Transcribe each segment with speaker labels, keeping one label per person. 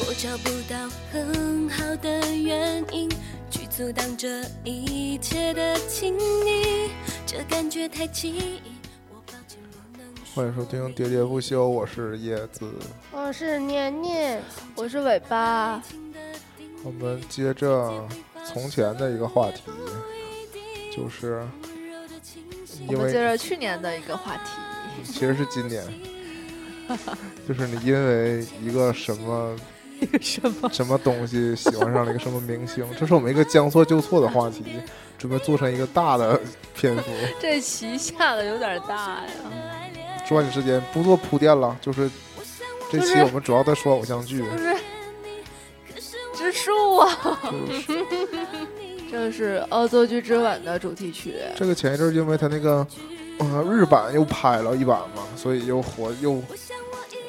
Speaker 1: 我找不到很好的原因去阻挡这一切的亲昵，这感觉太奇异。我抱歉不能
Speaker 2: 欢迎收听《喋喋不休》，我是叶子。
Speaker 3: 我哦是年年，我是尾巴。
Speaker 2: 我们接着从前的一个话题，就是
Speaker 1: 嗯
Speaker 4: 我
Speaker 2: 因
Speaker 4: 们接
Speaker 2: 为
Speaker 4: 着去年的一个话题，
Speaker 2: 其实是今年，就是你因为一个什 么
Speaker 4: 什么？
Speaker 2: 什么东西喜欢上了一个什么明星，这是我们一个将错就错的话题，准备做成一个大的篇幅。
Speaker 4: 这棋下的有点大呀。
Speaker 2: 抓紧时间，不做铺垫了，就是这期
Speaker 4: 就是
Speaker 2: 我们主要在说偶像剧，
Speaker 4: 是 植树啊，
Speaker 2: 就是
Speaker 4: 这是《恶作剧之吻》的主题曲。
Speaker 2: 这个前一阵儿因为他那个。呃，日版又拍了一版嘛，所以又火又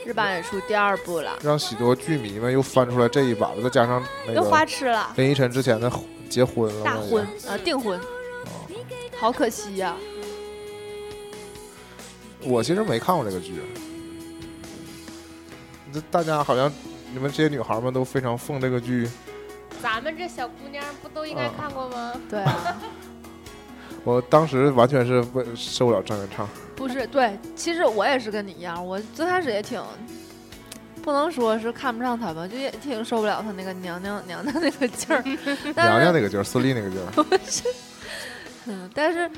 Speaker 4: 日版也出第二部 了，
Speaker 2: 让许多剧迷们又翻出来这一版了，再加上那
Speaker 3: 又花
Speaker 2: 个
Speaker 3: 痴了，
Speaker 2: 林依晨之前的婚结婚了，
Speaker 4: 大
Speaker 2: 那个
Speaker 4: 婚啊，订婚， 好可惜呀、
Speaker 2: 我其实没看过这个剧，这大家好像你们这些女孩们都非常奉这个剧，
Speaker 3: 咱们这小姑娘不都应该看过吗？
Speaker 4: 对啊，
Speaker 2: 我当时完全是为受不了张元畅，
Speaker 4: 不是对，其实我也是跟你一样，我最开始也挺。不能说是看不上他吧，就也挺受不了他那个娘娘娘娘那个劲 儿， 但
Speaker 2: 娘
Speaker 4: 是
Speaker 2: 娘那个劲儿，孙俪那个劲儿，
Speaker 4: 嗯，但是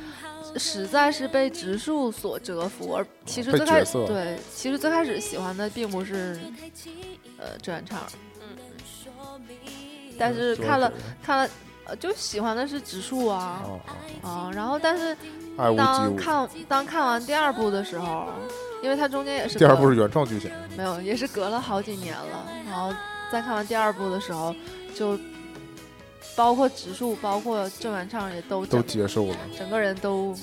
Speaker 4: 实在是被植树所折服，而其实
Speaker 2: 被
Speaker 4: 最开
Speaker 2: 角色
Speaker 4: 始对，其实最开始喜欢的并不是呃郑元畅，嗯， 但是看了看了，呃，就喜欢的是植树
Speaker 2: 啊，
Speaker 4: 啊
Speaker 2: 哦
Speaker 4: 啊，然后但是
Speaker 2: 爱屋及
Speaker 4: 当
Speaker 2: 乌。
Speaker 4: 看当看完第二部的时候，因为它中间也是
Speaker 2: 第二
Speaker 4: 隔
Speaker 2: 部是原创剧情，
Speaker 4: 没有，也是隔了好几年了，然后再看完第二部的时候，就包括植树，包括郑元畅也都
Speaker 2: 都
Speaker 4: 整
Speaker 2: 接受了，
Speaker 4: 整个人都。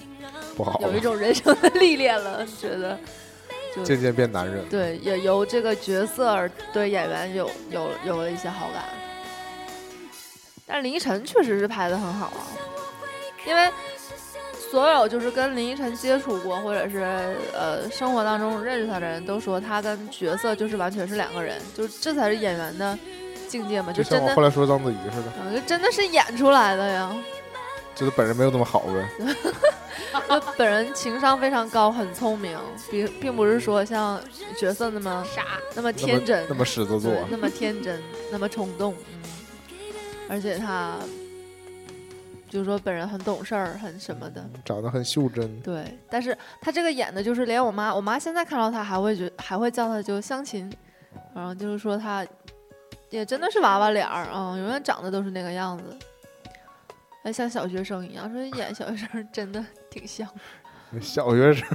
Speaker 2: 不好
Speaker 4: 有一
Speaker 2: 了，
Speaker 4: 种人生的历练了，觉得
Speaker 2: 渐渐变男人。
Speaker 4: 对，也由这个角色而对演员有有有了一些好感。但林依晨确实是拍的很好啊，因为所有就是跟林依晨接触过，或者是呃生活当中认识她的人都说，她跟角色就是完全是两个人，就是这才是演员的境界嘛，
Speaker 2: 就
Speaker 4: 就
Speaker 2: 像
Speaker 4: 真
Speaker 2: 我
Speaker 4: 的
Speaker 2: 后，来说章子怡似的，
Speaker 4: 嗯就真的是演出来的呀。
Speaker 2: 就是本人没有那么好呗。
Speaker 4: 本人情商非常高，很聪明，并并不是说像角色那么
Speaker 3: 傻，
Speaker 4: 那么
Speaker 2: 那么
Speaker 4: 天真，
Speaker 2: 那么狮子座
Speaker 4: 对，那么天真，那么冲动，嗯，而且他就是说本人很懂事儿，很什么的，
Speaker 2: 长得很袖珍。
Speaker 4: 对。但是他这个演的就是连我妈，我妈现在看到他还会觉还会叫他就相亲，然后就是说他也真的是娃娃脸儿啊、永远长得都是那个样子。还像小学生一样，说演小学生真的挺像，
Speaker 2: 小学生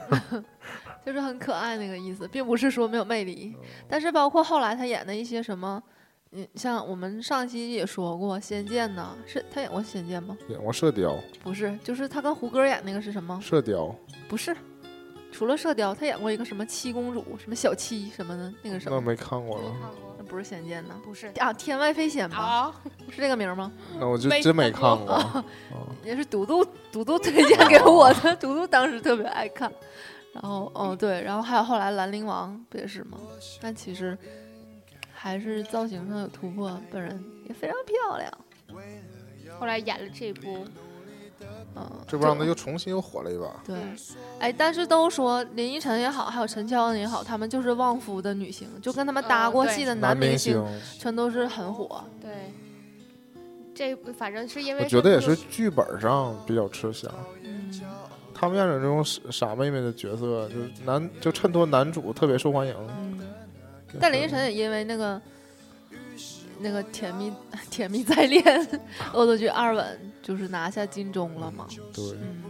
Speaker 4: 就是很可爱那个意思，并不是说没有魅力。
Speaker 2: 哦
Speaker 4: 但是包括后来他演的一些什么，嗯，像我们上期也说过《仙剑》呢，是他演过《仙剑》吗？
Speaker 2: 演过《射雕》，
Speaker 4: 不是，就是他跟胡歌演那个是什么？
Speaker 2: 《射雕》
Speaker 4: 不是，除了《射雕》，他演过一个什么七公主、什么小七什么的，那个什
Speaker 2: 那
Speaker 4: 么，
Speaker 2: 没看过了，
Speaker 3: 看过
Speaker 4: 那不是《仙剑》呢？
Speaker 3: 不是？
Speaker 4: 啊，《天外飞仙》吧，
Speaker 3: 哦，
Speaker 4: 是这个名儿吗？
Speaker 2: 那我就
Speaker 3: 没
Speaker 2: 真没
Speaker 3: 看
Speaker 2: 看
Speaker 3: 过
Speaker 2: 过。
Speaker 4: 也是嘟嘟嘟嘟推荐给我的， 嘟嘟当时特别爱看。然后，哦对，然后还有后来《兰陵王》不也是吗？但其实还是造型上有突破，本人也非常漂亮。
Speaker 3: 后来演了这部，
Speaker 4: 嗯，
Speaker 2: 这不让他又重新又火了一把。
Speaker 4: 对，哎，但是都说林依晨也好，还有陈乔恩也好，她们就是旺夫的女星，就跟她们搭
Speaker 3: 嗯
Speaker 4: 过
Speaker 3: 对
Speaker 4: 戏的
Speaker 2: 男
Speaker 4: 明
Speaker 2: 星，
Speaker 4: 全都是很火。
Speaker 3: 对，这部反正是因为
Speaker 2: 我觉得也是剧本上比较吃香。
Speaker 4: 嗯，
Speaker 2: 他们演的这种傻傻妹妹的角色，就是男就衬托男主特别受欢迎。
Speaker 4: 嗯但林依晨也因为那个那个甜蜜 甜蜜再恋恶作剧二吻，就是拿下金钟了嘛。
Speaker 2: 对
Speaker 4: 嗯，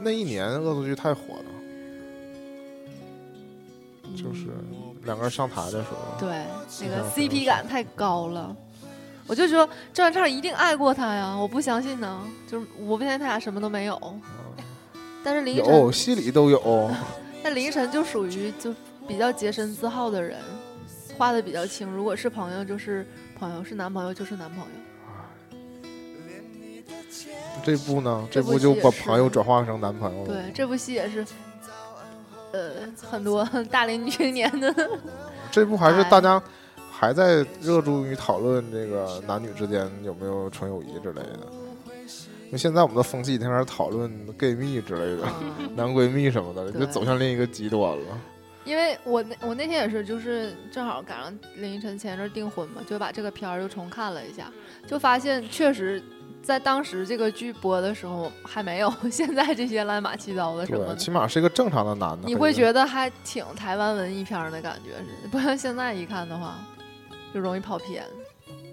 Speaker 2: 那一年恶作剧太火了，就是两个人上台的时候，
Speaker 4: 嗯对那
Speaker 2: 上
Speaker 4: 个
Speaker 2: 头
Speaker 4: CP 感太高了。我就说郑元畅一定爱过她呀，我不相信呢，就是我不相信他俩什么都没有。但是林依晨
Speaker 2: 哦有戏里都有。
Speaker 4: 那林依晨就属于就比较洁身自好的人，画的比较清。如果是朋友就是朋友，是男朋友就是男朋友。
Speaker 2: 这部呢，
Speaker 4: 这
Speaker 2: 这
Speaker 4: 部
Speaker 2: 部就
Speaker 4: 戏也
Speaker 2: 把
Speaker 4: 是
Speaker 2: 朋友转化成男朋友了。
Speaker 4: 对，这部戏也是， 呃，很多大龄女青年的，哎
Speaker 2: 这部还是大家还在热衷于讨论这个男女之间有没有纯友谊之类的。因为现在我们的风气天天讨论 gay 蜜之类的，
Speaker 4: 啊
Speaker 2: 男闺蜜什么的，
Speaker 4: 对
Speaker 2: 就走向另一个极端了。
Speaker 4: 因为我那我那天也是，就是正好赶上林依晨前一阵儿订婚嘛，就把这个片儿又重看了一下，就发现确实在当时这个剧播的时候还没有 现在这些乱码七糟的什么
Speaker 2: 对，
Speaker 4: 的，
Speaker 2: 起码是一个正常的男的。
Speaker 4: 你会觉得还挺台湾文艺片儿的感觉似的，不像现在一看的话就容易跑偏。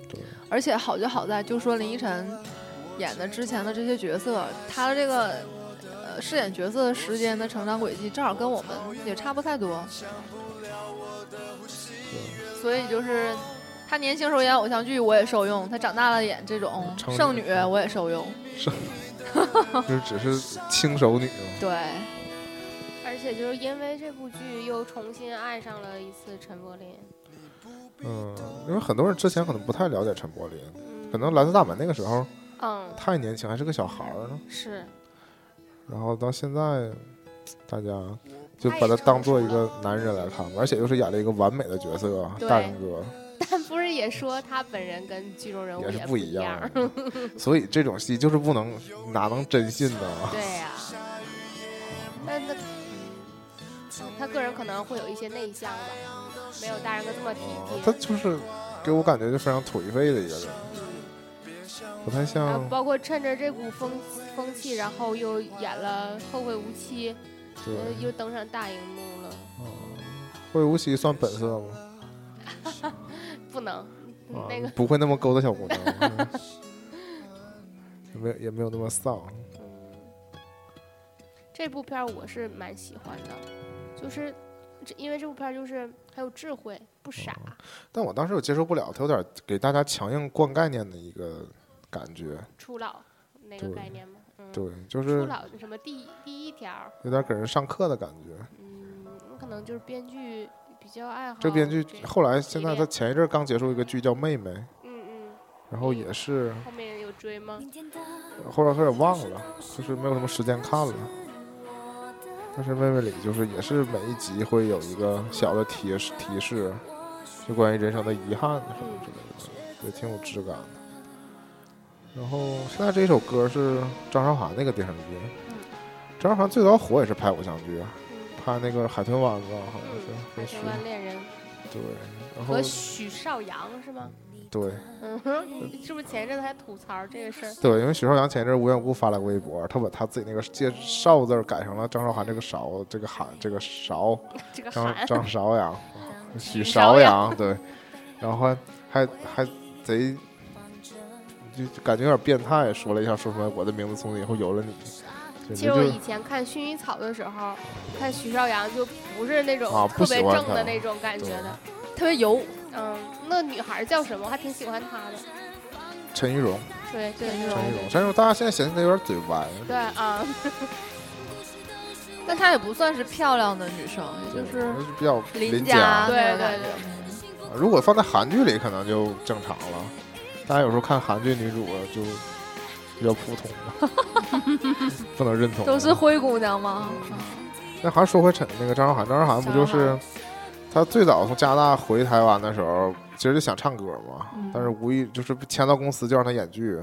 Speaker 2: 对
Speaker 4: 而且好就好在，就说林依晨演的之前的这些角色，她的这个呃饰演角色的时间的成长轨迹，正好跟我们也差不太多。所以就是她年轻时候演偶像剧我也受用，她长大了演这种
Speaker 2: 成
Speaker 4: 剩
Speaker 2: 女
Speaker 4: 女我也受用，
Speaker 2: 就是只是轻熟女嘛。
Speaker 4: 对，
Speaker 3: 而且就是因为这部剧又重新爱上了一次陈柏霖，
Speaker 2: 嗯，因为很多人之前可能不太了解陈柏霖，
Speaker 3: 嗯
Speaker 2: 可能蓝色大门那个时候
Speaker 3: 嗯
Speaker 2: 太年轻，还是个小孩儿呢。
Speaker 3: 是，
Speaker 2: 然后到现在，大家就把他当做一个男人来看，而且又是演了一个完美的角色，
Speaker 3: 对
Speaker 2: 大人哥
Speaker 3: 但不是也说他本人跟剧中人物
Speaker 2: 也是
Speaker 3: 不
Speaker 2: 一
Speaker 3: 一
Speaker 2: 样
Speaker 3: 样？
Speaker 2: 的。 所以这种戏就是不能哪能真信呢？
Speaker 3: 对呀、但他嗯他个人可能会有一些内向吧，没有大人哥这么体
Speaker 2: 哦他
Speaker 3: 贴。
Speaker 2: 就是给我感觉就非常颓废的一个人，不太
Speaker 3: 然
Speaker 2: 像
Speaker 3: 后包括趁着这股风风气，然后又演了《后会无期》，
Speaker 2: 对。
Speaker 3: 呃又登上大荧幕了。
Speaker 2: 哦会无锡算本色吗？
Speaker 3: 不能，嗯
Speaker 2: 啊
Speaker 3: 那个
Speaker 2: 不会那么勾搭小姑娘，嗯也 没有也没有那么丧。
Speaker 3: 这部片儿我是蛮喜欢的，就是这因为这部片儿就是很有智慧，不
Speaker 2: 哦
Speaker 3: 傻。
Speaker 2: 但我当时我接受不了，他有点给大家强硬灌概念的一个感觉。
Speaker 3: 初老那个
Speaker 2: 对
Speaker 3: 概念嘛，嗯，
Speaker 2: 对，就
Speaker 3: 初
Speaker 2: 是
Speaker 3: 老什么第一第一条儿，
Speaker 2: 有点给人上课的感觉。
Speaker 3: 嗯，可能就是编剧比较爱好
Speaker 2: 这编剧
Speaker 3: 个
Speaker 2: 后来现在他
Speaker 3: 系列
Speaker 2: 前一阵儿刚结束一个剧叫《妹妹》，
Speaker 3: 嗯
Speaker 2: 然后也是
Speaker 3: 嗯，后面有追吗？
Speaker 2: 后来有点忘了，就是没有什么时间看了。但是《妹妹》里就是也是每一集会有一个小的提示提示，就关于人生的遗憾什么之类的，也挺有质感的。然后现在这一首歌是张韶涵那个电视剧
Speaker 3: 嗯，
Speaker 2: 张韶涵最早火也是拍偶像剧啊，
Speaker 3: 嗯
Speaker 2: 拍那个《海豚湾》吧，好像是
Speaker 3: 嗯，
Speaker 2: 跟
Speaker 3: 海
Speaker 2: 徐
Speaker 3: 豚湾恋人
Speaker 2: 对，然后
Speaker 3: 和许绍洋是吗？
Speaker 2: 对
Speaker 3: 嗯哼，是不是前一阵子还吐槽这个事 儿？
Speaker 2: 对，因为许绍洋前一阵无缘无故发了个微博，他把他自己那个介“绍”字儿改成了张韶涵这个“韶”，这个“涵”这个“韶”，
Speaker 3: 这个
Speaker 2: 张
Speaker 3: 韩
Speaker 2: 张韶阳，许
Speaker 4: 嗯
Speaker 3: 许
Speaker 2: 韶
Speaker 3: 绍
Speaker 2: 嗯 阳，对，然后还还还贼，
Speaker 4: 嗯
Speaker 2: 就就感觉有点变态，说了一下说出来我的名字从此以后有了你，简
Speaker 3: 其
Speaker 2: 直
Speaker 3: 实我
Speaker 2: 就
Speaker 3: 以前看《薰衣草》的时候，看许绍洋就不是那种
Speaker 2: 啊不
Speaker 3: 特别
Speaker 2: 喜欢
Speaker 3: 正
Speaker 2: 他
Speaker 3: 的那种感觉的。
Speaker 4: 特别油，
Speaker 3: 嗯，那女孩叫什么？我还挺喜欢她的。
Speaker 2: 陈玉蓉，
Speaker 3: 对对
Speaker 2: 陈玉
Speaker 3: 对
Speaker 2: 蓉，陈玉蓉，大家现在嫌弃她有点嘴歪，
Speaker 3: 对啊，
Speaker 4: 但她也不算是漂亮的女生，也
Speaker 2: 对
Speaker 4: 就是
Speaker 2: 比较邻
Speaker 4: 邻家
Speaker 3: 对
Speaker 4: 那种
Speaker 3: 对
Speaker 4: 感觉
Speaker 3: 对
Speaker 2: 如果放在韩剧里可能就正常了，大家有时候看韩剧女主就比较普通了， 不能认同。
Speaker 4: 都是灰姑娘吗？
Speaker 2: 那还说回陈那个张韶涵，张韶涵不就是她最早从加拿大回台湾的时候，其实就想唱歌嘛，
Speaker 4: 嗯
Speaker 2: 但是无意就是签到公司就让她演剧，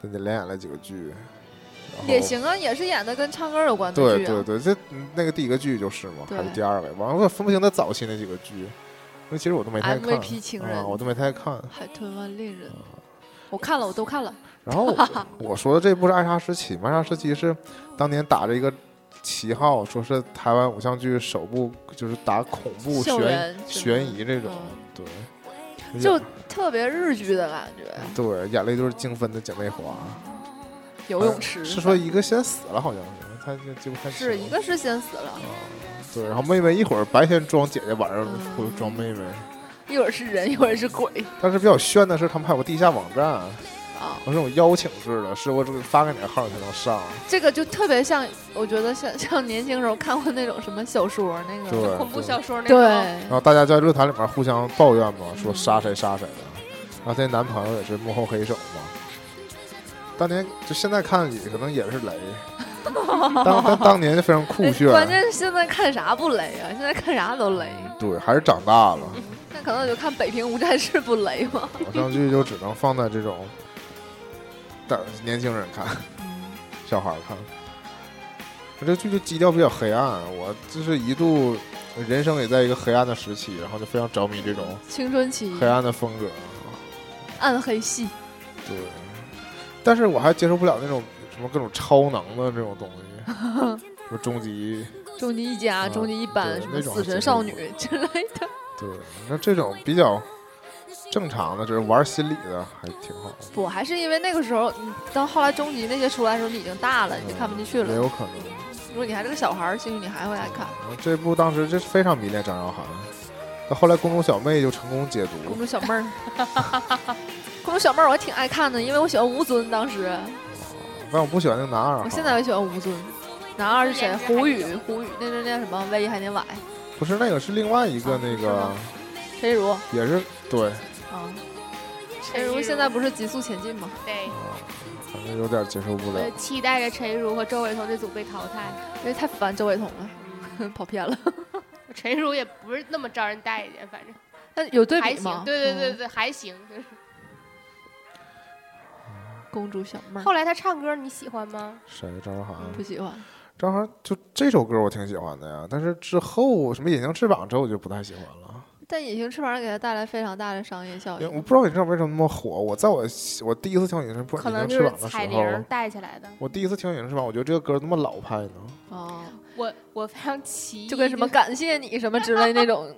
Speaker 2: 她就连演了几个剧，然后
Speaker 4: 也。行啊，也是演的跟唱歌有关的
Speaker 2: 哦对
Speaker 4: 剧、啊。
Speaker 2: 对对，这那个第一个剧就是嘛，
Speaker 4: 对
Speaker 2: 还是第二个？完了，我分不清她早期那几个剧，因为其实我都没太看
Speaker 4: MVP 情人
Speaker 2: 啊，我都没太看。
Speaker 4: 海豚湾恋人，我看了，我都看了。
Speaker 2: 然 后我说的这不是《暗杀时期》吗？《暗杀时期》是当年打着一个旗号，说是台湾偶像剧首部，就是打恐怖
Speaker 4: 校
Speaker 2: 悬
Speaker 4: 园
Speaker 2: 悬疑这种，对，
Speaker 4: 嗯就特别日剧的感觉，
Speaker 2: 对，演了一对精分的姐妹花，啊
Speaker 4: 游泳池
Speaker 2: 嗯是说一个先死了，好像是，他就记不太清
Speaker 4: 是
Speaker 2: 了
Speaker 4: 一个是先死了，
Speaker 2: 对，然后妹妹一会儿白天装姐姐，晚上
Speaker 4: 嗯
Speaker 2: 会装妹妹，
Speaker 4: 一会儿是人，一会儿是鬼
Speaker 2: 但是比较炫的是，他们还有个地下网站，
Speaker 4: 啊，
Speaker 2: 我是有邀请制的，是我只发给你的号你才能上，啊
Speaker 4: 这个就特别像，我觉得像像年轻时候看过那种什么小说那
Speaker 2: 对
Speaker 4: 个，，
Speaker 3: 恐怖
Speaker 2: 对
Speaker 3: 小说那种。
Speaker 4: 对哎
Speaker 2: 然后大家在论坛里面互相抱怨嘛，说杀谁杀谁的。然后她男朋友也是幕后黑手嘛。当年就现在看也可能也是雷，当当当年就非常酷
Speaker 4: 哎
Speaker 2: 炫。
Speaker 4: 关键是现在看啥不雷啊？现在看啥都雷，
Speaker 2: 对，还是长大了。
Speaker 4: 看可能我就看《北平无战事》不雷吗？
Speaker 2: 偶像剧就只能放在这种大年轻人看、
Speaker 4: 嗯
Speaker 2: 小孩儿看。这个剧就基调比较黑暗，我就是一度人生也在一个黑暗的时期，然后就非常着迷这种
Speaker 4: 青春期
Speaker 2: 黑暗的风格。
Speaker 4: 暗黑系，
Speaker 2: 对，但是我还接受不了那种什么各种超能的这种东 西，什么终极，
Speaker 4: 终极一家、
Speaker 2: 啊
Speaker 4: 终极一班、
Speaker 2: 对
Speaker 4: 什么
Speaker 2: 那种
Speaker 4: 死
Speaker 2: 还
Speaker 4: 神
Speaker 2: 接
Speaker 4: 少
Speaker 2: 受
Speaker 4: 女
Speaker 2: 过
Speaker 4: 之类的。
Speaker 2: 对，那这种比较正常的，就是玩心理的还挺好。
Speaker 4: 不，还是因为那个时候，你到后来终极那些出来的时候，你已经大了，你哎就看不进
Speaker 2: 嗯
Speaker 4: 去
Speaker 2: 也
Speaker 4: 了。
Speaker 2: 有可能。
Speaker 4: 如果你还是个小孩儿，兴许你还会爱看。
Speaker 2: 然后这部当时这非常迷恋张韶涵，到后来《宫中小妹》就成功解
Speaker 4: 公
Speaker 2: 读，
Speaker 4: 主小 妹儿，公主小妹儿我还挺爱看的，因为我喜欢吴尊，当时
Speaker 2: 啊但我不喜欢那个男二号。
Speaker 4: 我现在也喜欢吴尊。男二是谁？
Speaker 3: 颜值还
Speaker 4: 胡
Speaker 3: 不
Speaker 4: 宇
Speaker 3: 错，
Speaker 4: 胡宇那阵叫什么？威还得崴，
Speaker 2: 不是那个，是另外一个那个，
Speaker 4: 啊陈洁如。
Speaker 2: 也是对，
Speaker 4: 啊，陈洁如现在不是急速前进吗？
Speaker 3: 对，
Speaker 2: 啊，反正有点接受不
Speaker 3: 我
Speaker 2: 了
Speaker 3: 就。期待着陈如和周伟彤这组被淘汰。
Speaker 4: 因为太烦周伟彤了， 跑偏了。
Speaker 3: 陈如也不是那么招人待见，反正
Speaker 4: 但有对
Speaker 3: 还
Speaker 4: 比
Speaker 3: 行
Speaker 4: 吗。？
Speaker 3: 对对对
Speaker 4: 嗯
Speaker 3: 对，还行。就是
Speaker 4: 公主小妹儿
Speaker 3: 后来他唱歌你喜欢吗？
Speaker 2: 谁？张韶涵？
Speaker 4: 不喜欢。
Speaker 2: 张韶涵就这首歌我挺喜欢的呀，但是之后什么《隐形翅膀》之后我就不太喜欢了，
Speaker 4: 但隐形翅膀给她带来非常大的商业效
Speaker 2: 因为我
Speaker 4: 应。
Speaker 2: 不知道《隐形翅膀》为什么那么火。我在我我第一次听《隐形翅膀
Speaker 3: 可》
Speaker 2: 隐
Speaker 3: 能
Speaker 2: 形翅
Speaker 3: 就是
Speaker 2: 膀的
Speaker 3: 彩
Speaker 2: 时
Speaker 3: 铃
Speaker 2: 候，
Speaker 3: 带起来的。
Speaker 2: 我第一次听《隐形翅膀》，我觉得这个歌那么老派呢。
Speaker 4: 哦，
Speaker 3: 我我非常奇异，
Speaker 4: 就跟什么感谢你什么之类 那种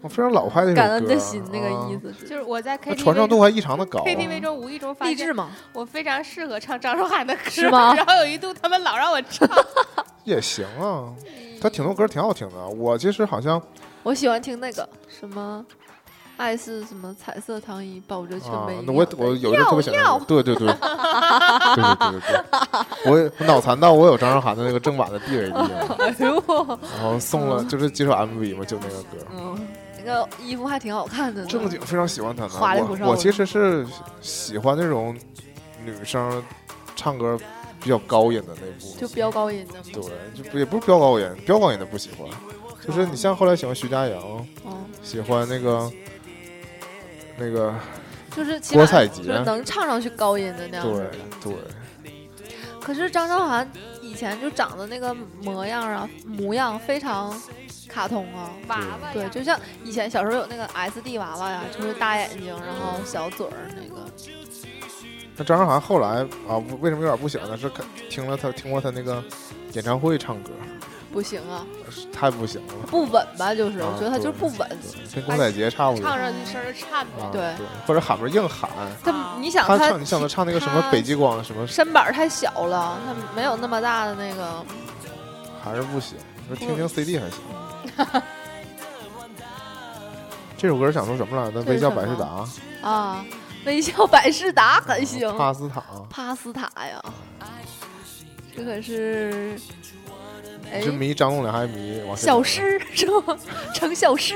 Speaker 2: 我非常老派的一首歌，啊
Speaker 4: 感恩的心那个意
Speaker 2: 思。
Speaker 4: 思，
Speaker 3: 就是我在
Speaker 2: 那传唱度
Speaker 3: KTV 中
Speaker 2: 还异常的高、
Speaker 3: KTV 中无意中发
Speaker 4: 励
Speaker 3: 现
Speaker 4: 志嘛。
Speaker 3: 我非常适合唱张韶涵的歌，
Speaker 4: 是吗
Speaker 3: 然后有一度他们老让我唱，
Speaker 2: 也行啊。他挺多歌挺好听的，啊我其实好像
Speaker 4: 我喜欢听那个什么，爱是什么彩色糖衣包着却
Speaker 2: 啊
Speaker 4: 没，
Speaker 2: 那我
Speaker 4: 有
Speaker 2: 我有一阵特别喜
Speaker 3: 尿
Speaker 2: 欢这个，对对对，对对对对对，我也我脑残到我有张韶涵的那个正版的 DVD，
Speaker 4: 哎呦，
Speaker 2: 然后送了就是几首 MV 嘛，就那个歌，
Speaker 4: 嗯，那个衣服还挺好看的呢。
Speaker 2: 正经非常喜欢她的。
Speaker 4: 花里胡哨
Speaker 2: 我我其实是喜欢那种女生唱歌比较高音的那部
Speaker 4: 就
Speaker 2: 分，
Speaker 4: 飙高音的嘛。
Speaker 2: 对，就不也不是飙高音，飙高音的不喜欢，就是你像后来喜欢徐佳莹，
Speaker 4: 嗯，
Speaker 2: 喜欢那个那个，
Speaker 4: 就是起
Speaker 2: 郭
Speaker 4: 码
Speaker 2: 采
Speaker 4: 就
Speaker 2: 洁
Speaker 4: 是能唱上去高音的那样
Speaker 2: 对
Speaker 4: 子。
Speaker 2: 对。
Speaker 4: 可是张韶涵以前就长得那个模样啊，模样非常卡通啊。
Speaker 3: 娃娃呀
Speaker 4: 对，就像以前小时候有那个 S D 娃娃呀，就是大眼睛，然后小嘴儿那个。
Speaker 2: 那张韶涵后来啊，不为什么有点不喜欢呢？是看听了她听过她那个演唱会唱歌，
Speaker 4: 不行啊，
Speaker 2: 是太不行了，
Speaker 4: 不稳吧？就是，
Speaker 2: 啊
Speaker 4: 我觉得他就是不稳。
Speaker 2: 对跟郭采洁差不多。
Speaker 3: 唱上去声儿颤
Speaker 2: 啊
Speaker 3: 呗。
Speaker 4: 对
Speaker 2: 对，或者喊不是硬喊，
Speaker 4: 他你想
Speaker 2: 她
Speaker 4: 他
Speaker 2: 唱你像她唱那个什么
Speaker 4: 她
Speaker 2: 北极光什么，
Speaker 4: 身板儿太小了，他没有那么大的那个。
Speaker 2: 还是不行。说听听 CD 还行。这首歌想说什么来着？
Speaker 4: 这
Speaker 2: 微
Speaker 4: 是
Speaker 2: 笑
Speaker 4: 什么
Speaker 2: 百事达，
Speaker 4: 啊，微笑百事达很行，
Speaker 2: 啊帕斯塔，
Speaker 4: 帕斯塔呀，这可是哎
Speaker 2: 你是迷张栋梁还是迷王千
Speaker 4: 小
Speaker 2: 源？
Speaker 4: 诗是吗？ 成小诗，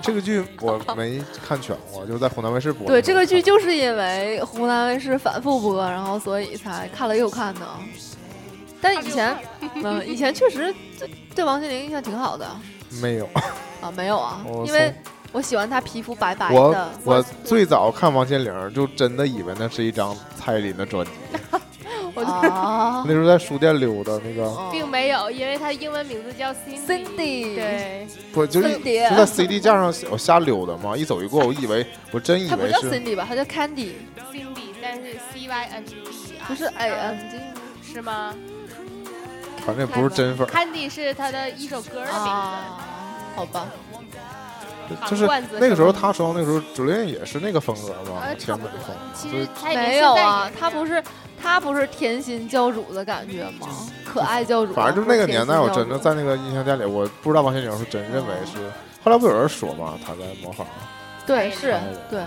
Speaker 2: 这个 剧我没看全过，就是在湖南卫视播的。
Speaker 4: 对，这个剧就是因为湖南卫视反复播，然后所以才看了又看的。但以前，嗯，以前确实对对王心凌印象挺好的
Speaker 2: 没有。
Speaker 4: 啊，没有啊
Speaker 2: 我，
Speaker 4: 因为
Speaker 2: 从
Speaker 4: 我喜欢她皮肤白白
Speaker 2: 我
Speaker 4: 的，
Speaker 2: 我最早看王健林，就真的以为那是一张蔡依林的专辑。
Speaker 4: 啊
Speaker 2: 那时候在书店溜达，那个
Speaker 4: 嗯
Speaker 3: 并没有，因为他英文名字叫 Cindy。
Speaker 4: Cindy
Speaker 3: 对，
Speaker 2: 我就一
Speaker 4: 分碟
Speaker 2: 就在 CD 架上我瞎溜达嘛，一走一过，我以为我真以
Speaker 4: 她不
Speaker 2: 为
Speaker 4: 叫
Speaker 2: 是
Speaker 4: Cindy 吧，她叫 Candy，
Speaker 3: Cindy，但是 C Y N D E 啊嗯
Speaker 4: 不是 A N D
Speaker 3: 是吗
Speaker 2: 反正也不是真粉儿，
Speaker 3: ？Candy 是他的一首歌的名
Speaker 4: 啊，好吧，
Speaker 3: 字，
Speaker 2: 就是
Speaker 3: 糖罐子
Speaker 2: 那个时候
Speaker 3: 什么
Speaker 2: 他说那时候主任也是那个风格嘛，
Speaker 3: 呃
Speaker 2: 甜
Speaker 3: 差不
Speaker 2: 美
Speaker 3: 多
Speaker 2: 风。，
Speaker 3: 其
Speaker 2: 所以
Speaker 3: 实他已经
Speaker 4: 没有
Speaker 3: 哎现在
Speaker 4: 啊
Speaker 3: 也，
Speaker 4: 她不是她不是甜心教主的感觉吗？可爱教主，
Speaker 2: 反正就是那个
Speaker 4: 甜
Speaker 2: 年
Speaker 4: 心
Speaker 2: 代，我
Speaker 4: 教
Speaker 2: 真的
Speaker 4: 主
Speaker 2: 在那个音像家里，我不知道王健林是真认为是。后来不有人说嘛，他在模仿，
Speaker 4: 对是
Speaker 2: 哎呀
Speaker 4: 对，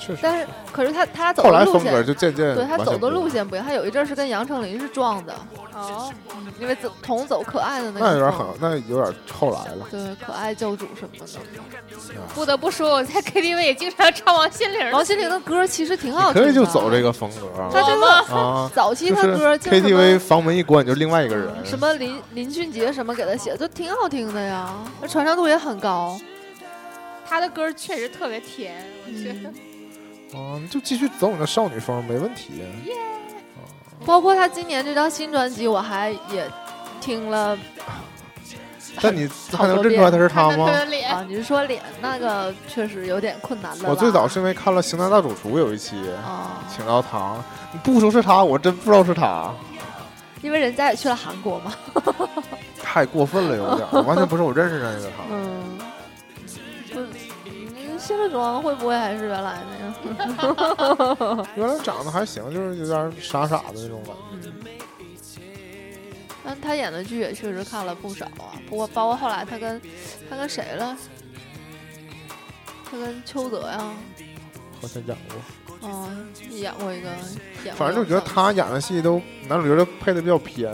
Speaker 2: 确实。
Speaker 4: 但是可是他他走
Speaker 2: 后
Speaker 4: 的
Speaker 2: 来
Speaker 4: 路
Speaker 2: 风格
Speaker 4: 线，
Speaker 2: 就渐渐
Speaker 4: 对他
Speaker 2: 嗯完
Speaker 4: 走
Speaker 2: 全
Speaker 4: 的
Speaker 2: 不一
Speaker 4: 路
Speaker 2: 样，
Speaker 4: 线不一样，他有一阵儿是跟杨丞琳是撞的，
Speaker 3: 哦，
Speaker 4: 因为走同走可爱的那
Speaker 2: 那有
Speaker 4: 个
Speaker 2: 点
Speaker 4: 风
Speaker 2: 很，那有点后来了。
Speaker 4: 对可爱教主什么的，
Speaker 3: 不得不说我在 KTV 也经常唱王心凌，
Speaker 4: 王心凌的歌其实挺好
Speaker 2: 啊你
Speaker 4: 听
Speaker 2: 可
Speaker 4: 的，
Speaker 2: 以就走这个风格啊
Speaker 4: 他就是
Speaker 2: 啊，
Speaker 4: 早期
Speaker 2: 就
Speaker 4: 他
Speaker 2: 是
Speaker 4: 歌就什么嗯
Speaker 2: KTV 房门一关，你就另外一个人。
Speaker 4: 什么林林俊杰什么给他写的，都挺好听的呀，传唱度也很高。
Speaker 3: 他的歌儿确实特别甜，我觉得。
Speaker 2: 嗯，就继续走你的少女风，没问 题。
Speaker 4: 包括他今年这张新专辑，我还也听了
Speaker 2: 但你还能认出来他是他
Speaker 3: 看到
Speaker 2: 吗
Speaker 3: 他？的脸，
Speaker 4: 啊。你是说脸那个确实有点困难了吧？
Speaker 2: 我最早是因为看了《型男大主厨》有一期，
Speaker 4: 啊，
Speaker 2: 请到他，你不说是他，我真不知道是他，
Speaker 4: 因为人家也去了韩国嘛。
Speaker 2: 太过分了，有点 儿，完全不是我认识的那个他。
Speaker 4: 嗯，不，嗯卸了妆会不会还是原来那样？
Speaker 2: 原来长得还行，就是有点傻傻的那种感觉。
Speaker 4: 但他演的剧也确实看了不少啊，不过包括后来他跟他跟谁了？他跟邱泽呀、
Speaker 2: 好像演过，
Speaker 4: 哦，演过一个，演过
Speaker 2: 反正就觉得
Speaker 4: 一个
Speaker 2: 他演的戏都男主角都配的比较偏，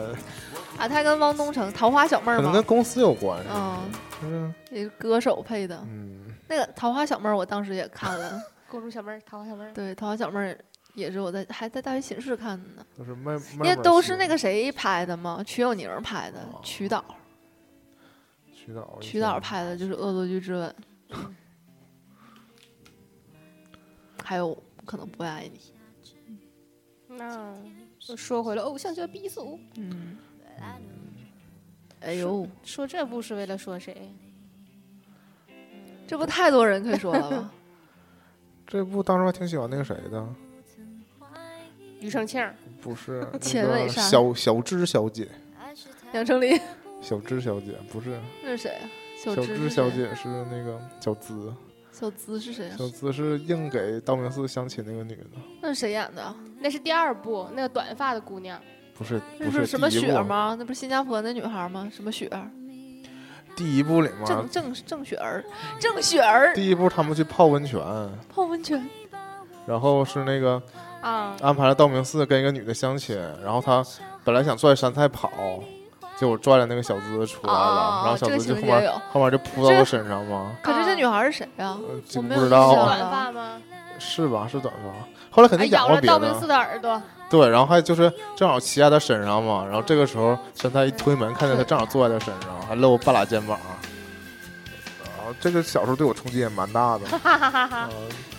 Speaker 4: 啊，他跟汪东城《桃花小妹儿
Speaker 2: 可》能跟
Speaker 4: 吗？
Speaker 2: 公司有关系。
Speaker 4: 嗯，
Speaker 2: 就是
Speaker 4: 也是歌手配的。
Speaker 2: 嗯，
Speaker 4: 那个《桃花小妹儿》，我当时也看了，
Speaker 3: 公主小妹儿，桃花小妹儿，
Speaker 4: 对，《桃花小妹儿》也是我在还在大学寝室看的呢，
Speaker 2: 都是妹，
Speaker 4: 因
Speaker 2: 因
Speaker 4: 为都是那个谁拍的嘛，瞿友宁拍的
Speaker 2: 哦，
Speaker 4: 瞿导，
Speaker 2: 曲导，
Speaker 4: 瞿导拍的就是《恶作剧之吻》， 还有可能不会爱你，
Speaker 3: 那又说回了偶像剧的鼻祖，
Speaker 4: 嗯，哎呦，
Speaker 3: 说这部是为了说谁？
Speaker 4: 这不太多人可以说 了吧？
Speaker 2: 这部当时还挺喜欢那个谁的，
Speaker 3: 庾澄庆儿，
Speaker 2: 不是那
Speaker 4: 钱
Speaker 2: 个
Speaker 4: 伟莎
Speaker 2: 小小芝小姐，
Speaker 4: 杨丞琳
Speaker 2: 小芝小姐不是
Speaker 4: 那是谁啊？小
Speaker 2: 小芝
Speaker 4: 芝是
Speaker 2: 小
Speaker 4: 谁，啊
Speaker 2: 姐是那个小资，
Speaker 4: 小资是谁啊？
Speaker 2: 小资是硬给道明寺相亲那个女的，
Speaker 4: 那是谁演的啊？
Speaker 3: 那是第二部，那个短发的姑娘，
Speaker 2: 不是
Speaker 4: 那
Speaker 2: 不
Speaker 4: 不是什么
Speaker 2: 第一
Speaker 4: 雪
Speaker 2: 部
Speaker 4: 吗？那不是新加坡那女孩吗？什么雪？
Speaker 2: 第一部里面
Speaker 4: 郑，郑郑雪儿，郑雪儿
Speaker 2: 第一部他们去泡温泉，
Speaker 4: 泡温泉，
Speaker 2: 然后是那个
Speaker 3: 啊，
Speaker 2: 安排了道明寺跟一个女的相亲，然后他本来想拽杉菜跑，结果拽了那个小资出来
Speaker 4: 哦哦
Speaker 2: 了，
Speaker 4: 哦
Speaker 2: 然后小
Speaker 4: 这个
Speaker 2: 资就
Speaker 4: 情
Speaker 2: 后
Speaker 4: 节有
Speaker 2: 面后面就扑到
Speaker 4: 这
Speaker 2: 他身上嘛，
Speaker 4: 可是这女孩是谁啊呀、
Speaker 2: 呃
Speaker 4: 我
Speaker 2: 这不
Speaker 4: 没有
Speaker 2: 知
Speaker 4: 印象
Speaker 2: 道
Speaker 4: 了
Speaker 2: 啊
Speaker 3: 短发吗？
Speaker 2: 是吧？是短发，后来肯
Speaker 3: 还
Speaker 2: 定
Speaker 3: 咬
Speaker 2: 过
Speaker 3: 了
Speaker 2: 别
Speaker 4: 哎
Speaker 3: 道明寺
Speaker 2: 的，
Speaker 3: 的耳朵，
Speaker 2: 对，然后还就是正好骑在他身上嘛，然后这个时候杉菜一推门，看见他正好坐在他身上，还露半拉肩 膀。啊，这个小时候对我冲击也蛮大的，
Speaker 3: 哈哈哈
Speaker 2: 啊
Speaker 3: 哈！，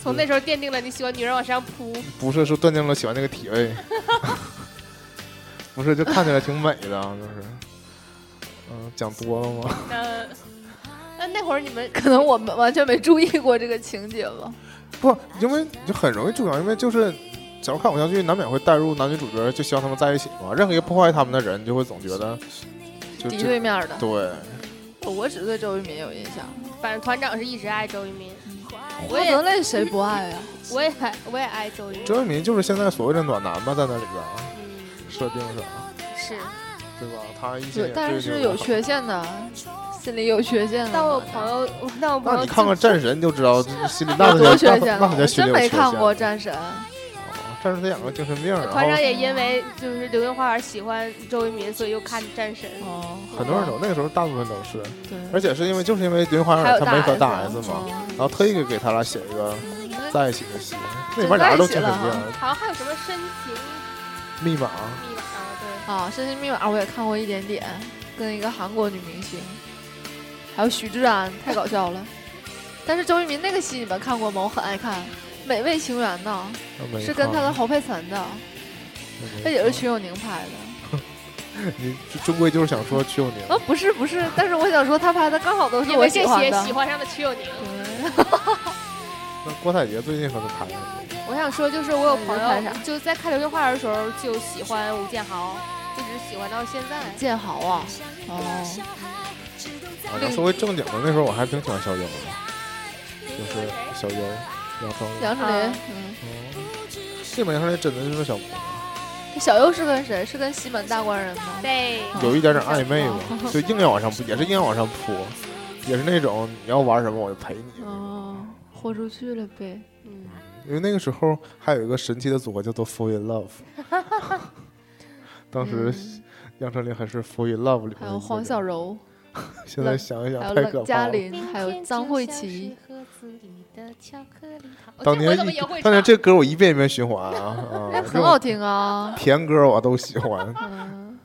Speaker 3: 从那时候奠定了你喜欢女人往上扑。
Speaker 2: 不是说断定了喜欢那个体位， 不是就看起来挺美的，就是，嗯，讲多了吗？
Speaker 3: 那嗯那那会儿你们
Speaker 4: 可能我们完全没注意过这个情节吧。
Speaker 2: 不，因为你就很容易注意到，因为就是，只要看偶像剧，难免会带入男女主角，就希望他们在一起嘛。任何一个破坏他们的人，你就会总觉得，就
Speaker 4: 敌
Speaker 2: 就
Speaker 4: 对面的，
Speaker 2: 对，
Speaker 4: 我我只对周渝民有印象。
Speaker 3: 反正团长是一直爱周渝民，
Speaker 2: 嗯
Speaker 3: 我
Speaker 4: 郭
Speaker 3: 也
Speaker 4: 德类哎谁不爱 啊呀、
Speaker 3: 我也爱我也爱周渝民，
Speaker 2: 周渝民就是现在所谓的暖男吧，在那里边儿
Speaker 3: 嗯，
Speaker 2: 设定上，
Speaker 3: 是。
Speaker 2: 对吧？他一些
Speaker 4: 对，但是是有缺陷的，心里有缺陷的。
Speaker 3: 但我朋友，我但我朋
Speaker 2: 嗯那
Speaker 3: 友
Speaker 2: 你看看
Speaker 3: 就
Speaker 2: 战神你就知 道，心里那
Speaker 4: 有多
Speaker 2: 才叫
Speaker 4: 缺
Speaker 2: 那
Speaker 4: 陷啊，
Speaker 2: 才
Speaker 4: 我
Speaker 2: 叫心
Speaker 4: 真
Speaker 2: 里有缺
Speaker 4: 没
Speaker 2: 陷
Speaker 4: 看过《战神》。
Speaker 2: 哦战神他演过精神病，然后
Speaker 3: 团长也因为就是流星花园喜欢周渝民，所以又看战神。
Speaker 4: 哦，
Speaker 2: 很多人都那个时候大部分都是，而
Speaker 4: 对，
Speaker 2: 且是因为就是因为《流星花
Speaker 4: 还
Speaker 2: 园
Speaker 4: 有》
Speaker 2: 他没和大
Speaker 4: 大
Speaker 2: S 嘛，
Speaker 4: 哦
Speaker 2: 然后特意给给他俩写一个在一起的戏，那里面
Speaker 4: 就
Speaker 2: 俩人
Speaker 4: 在
Speaker 2: 都
Speaker 4: 一起
Speaker 2: 精神
Speaker 4: 了
Speaker 2: 病，
Speaker 3: 好像还有什么深情
Speaker 2: 密码
Speaker 3: 密码啊？对，
Speaker 4: 啊，《身心密码》我也看过一点点，跟一个韩国女明星，还有许志安，太搞笑了。但是周渝民那个戏你们看过吗？我很爱看，《美味情缘》呢，
Speaker 2: 那没
Speaker 4: 是跟
Speaker 2: 看
Speaker 4: 他跟侯佩岑的，
Speaker 2: 那没
Speaker 4: 这也是
Speaker 2: 看
Speaker 4: 徐友宁拍的。
Speaker 2: 你就终归就是想说曲永宁
Speaker 4: 啊，不是不是，但是我想说他拍的刚好都是
Speaker 3: 因
Speaker 4: 我
Speaker 3: 为这
Speaker 4: 喜欢
Speaker 3: 些
Speaker 4: 的
Speaker 3: 喜。欢上了曲友宁。
Speaker 4: 对
Speaker 2: 那郭采洁最近和他拍了，啊
Speaker 3: 我想说，就是我有朋
Speaker 4: 那你就拍
Speaker 3: 友就在看《流星花园》的时候就喜欢吴建豪，一直喜欢到现在。
Speaker 4: 建豪啊，哦，
Speaker 2: 啊，然后说回正经的，那时候我还挺喜欢小妖的，就是小妖杨丞琳，
Speaker 4: 杨丞琳
Speaker 3: 啊，
Speaker 4: 嗯，
Speaker 2: 嗯，这本杨丞琳真的就是小姑
Speaker 4: 哦
Speaker 2: 娘，
Speaker 4: 这嗯小优是跟谁？是跟西门大官人吗？
Speaker 3: 对，
Speaker 2: 有一点点暧昧
Speaker 4: 哦
Speaker 2: 吧，就硬要往上扑，也是硬要往上扑，也是那种你要玩什么我就陪你那种。
Speaker 4: 哦，豁出去了呗。
Speaker 3: 嗯，
Speaker 2: 因为那个时候还有一个神奇的组合叫做 Fall in Love，当时
Speaker 4: 嗯
Speaker 2: 杨丞琳还是 Fall in Love 里面的一
Speaker 4: 还
Speaker 2: 个
Speaker 4: 有
Speaker 2: 人
Speaker 4: 黄小，柔，
Speaker 2: 现在想一想
Speaker 4: 还有
Speaker 2: 太可
Speaker 4: 冷
Speaker 2: 怕
Speaker 4: 嘉
Speaker 2: 了。
Speaker 4: 玲，还有张慧琪。
Speaker 3: 我
Speaker 2: 当年
Speaker 3: 这回怎么
Speaker 2: 一
Speaker 3: 也会
Speaker 2: 当年
Speaker 3: 唱？
Speaker 2: 这歌我一遍一 遍循环啊，啊
Speaker 4: 那
Speaker 2: 这
Speaker 4: 哎很
Speaker 2: 种
Speaker 4: 好听啊。
Speaker 2: 甜歌我都喜欢。
Speaker 4: 嗯，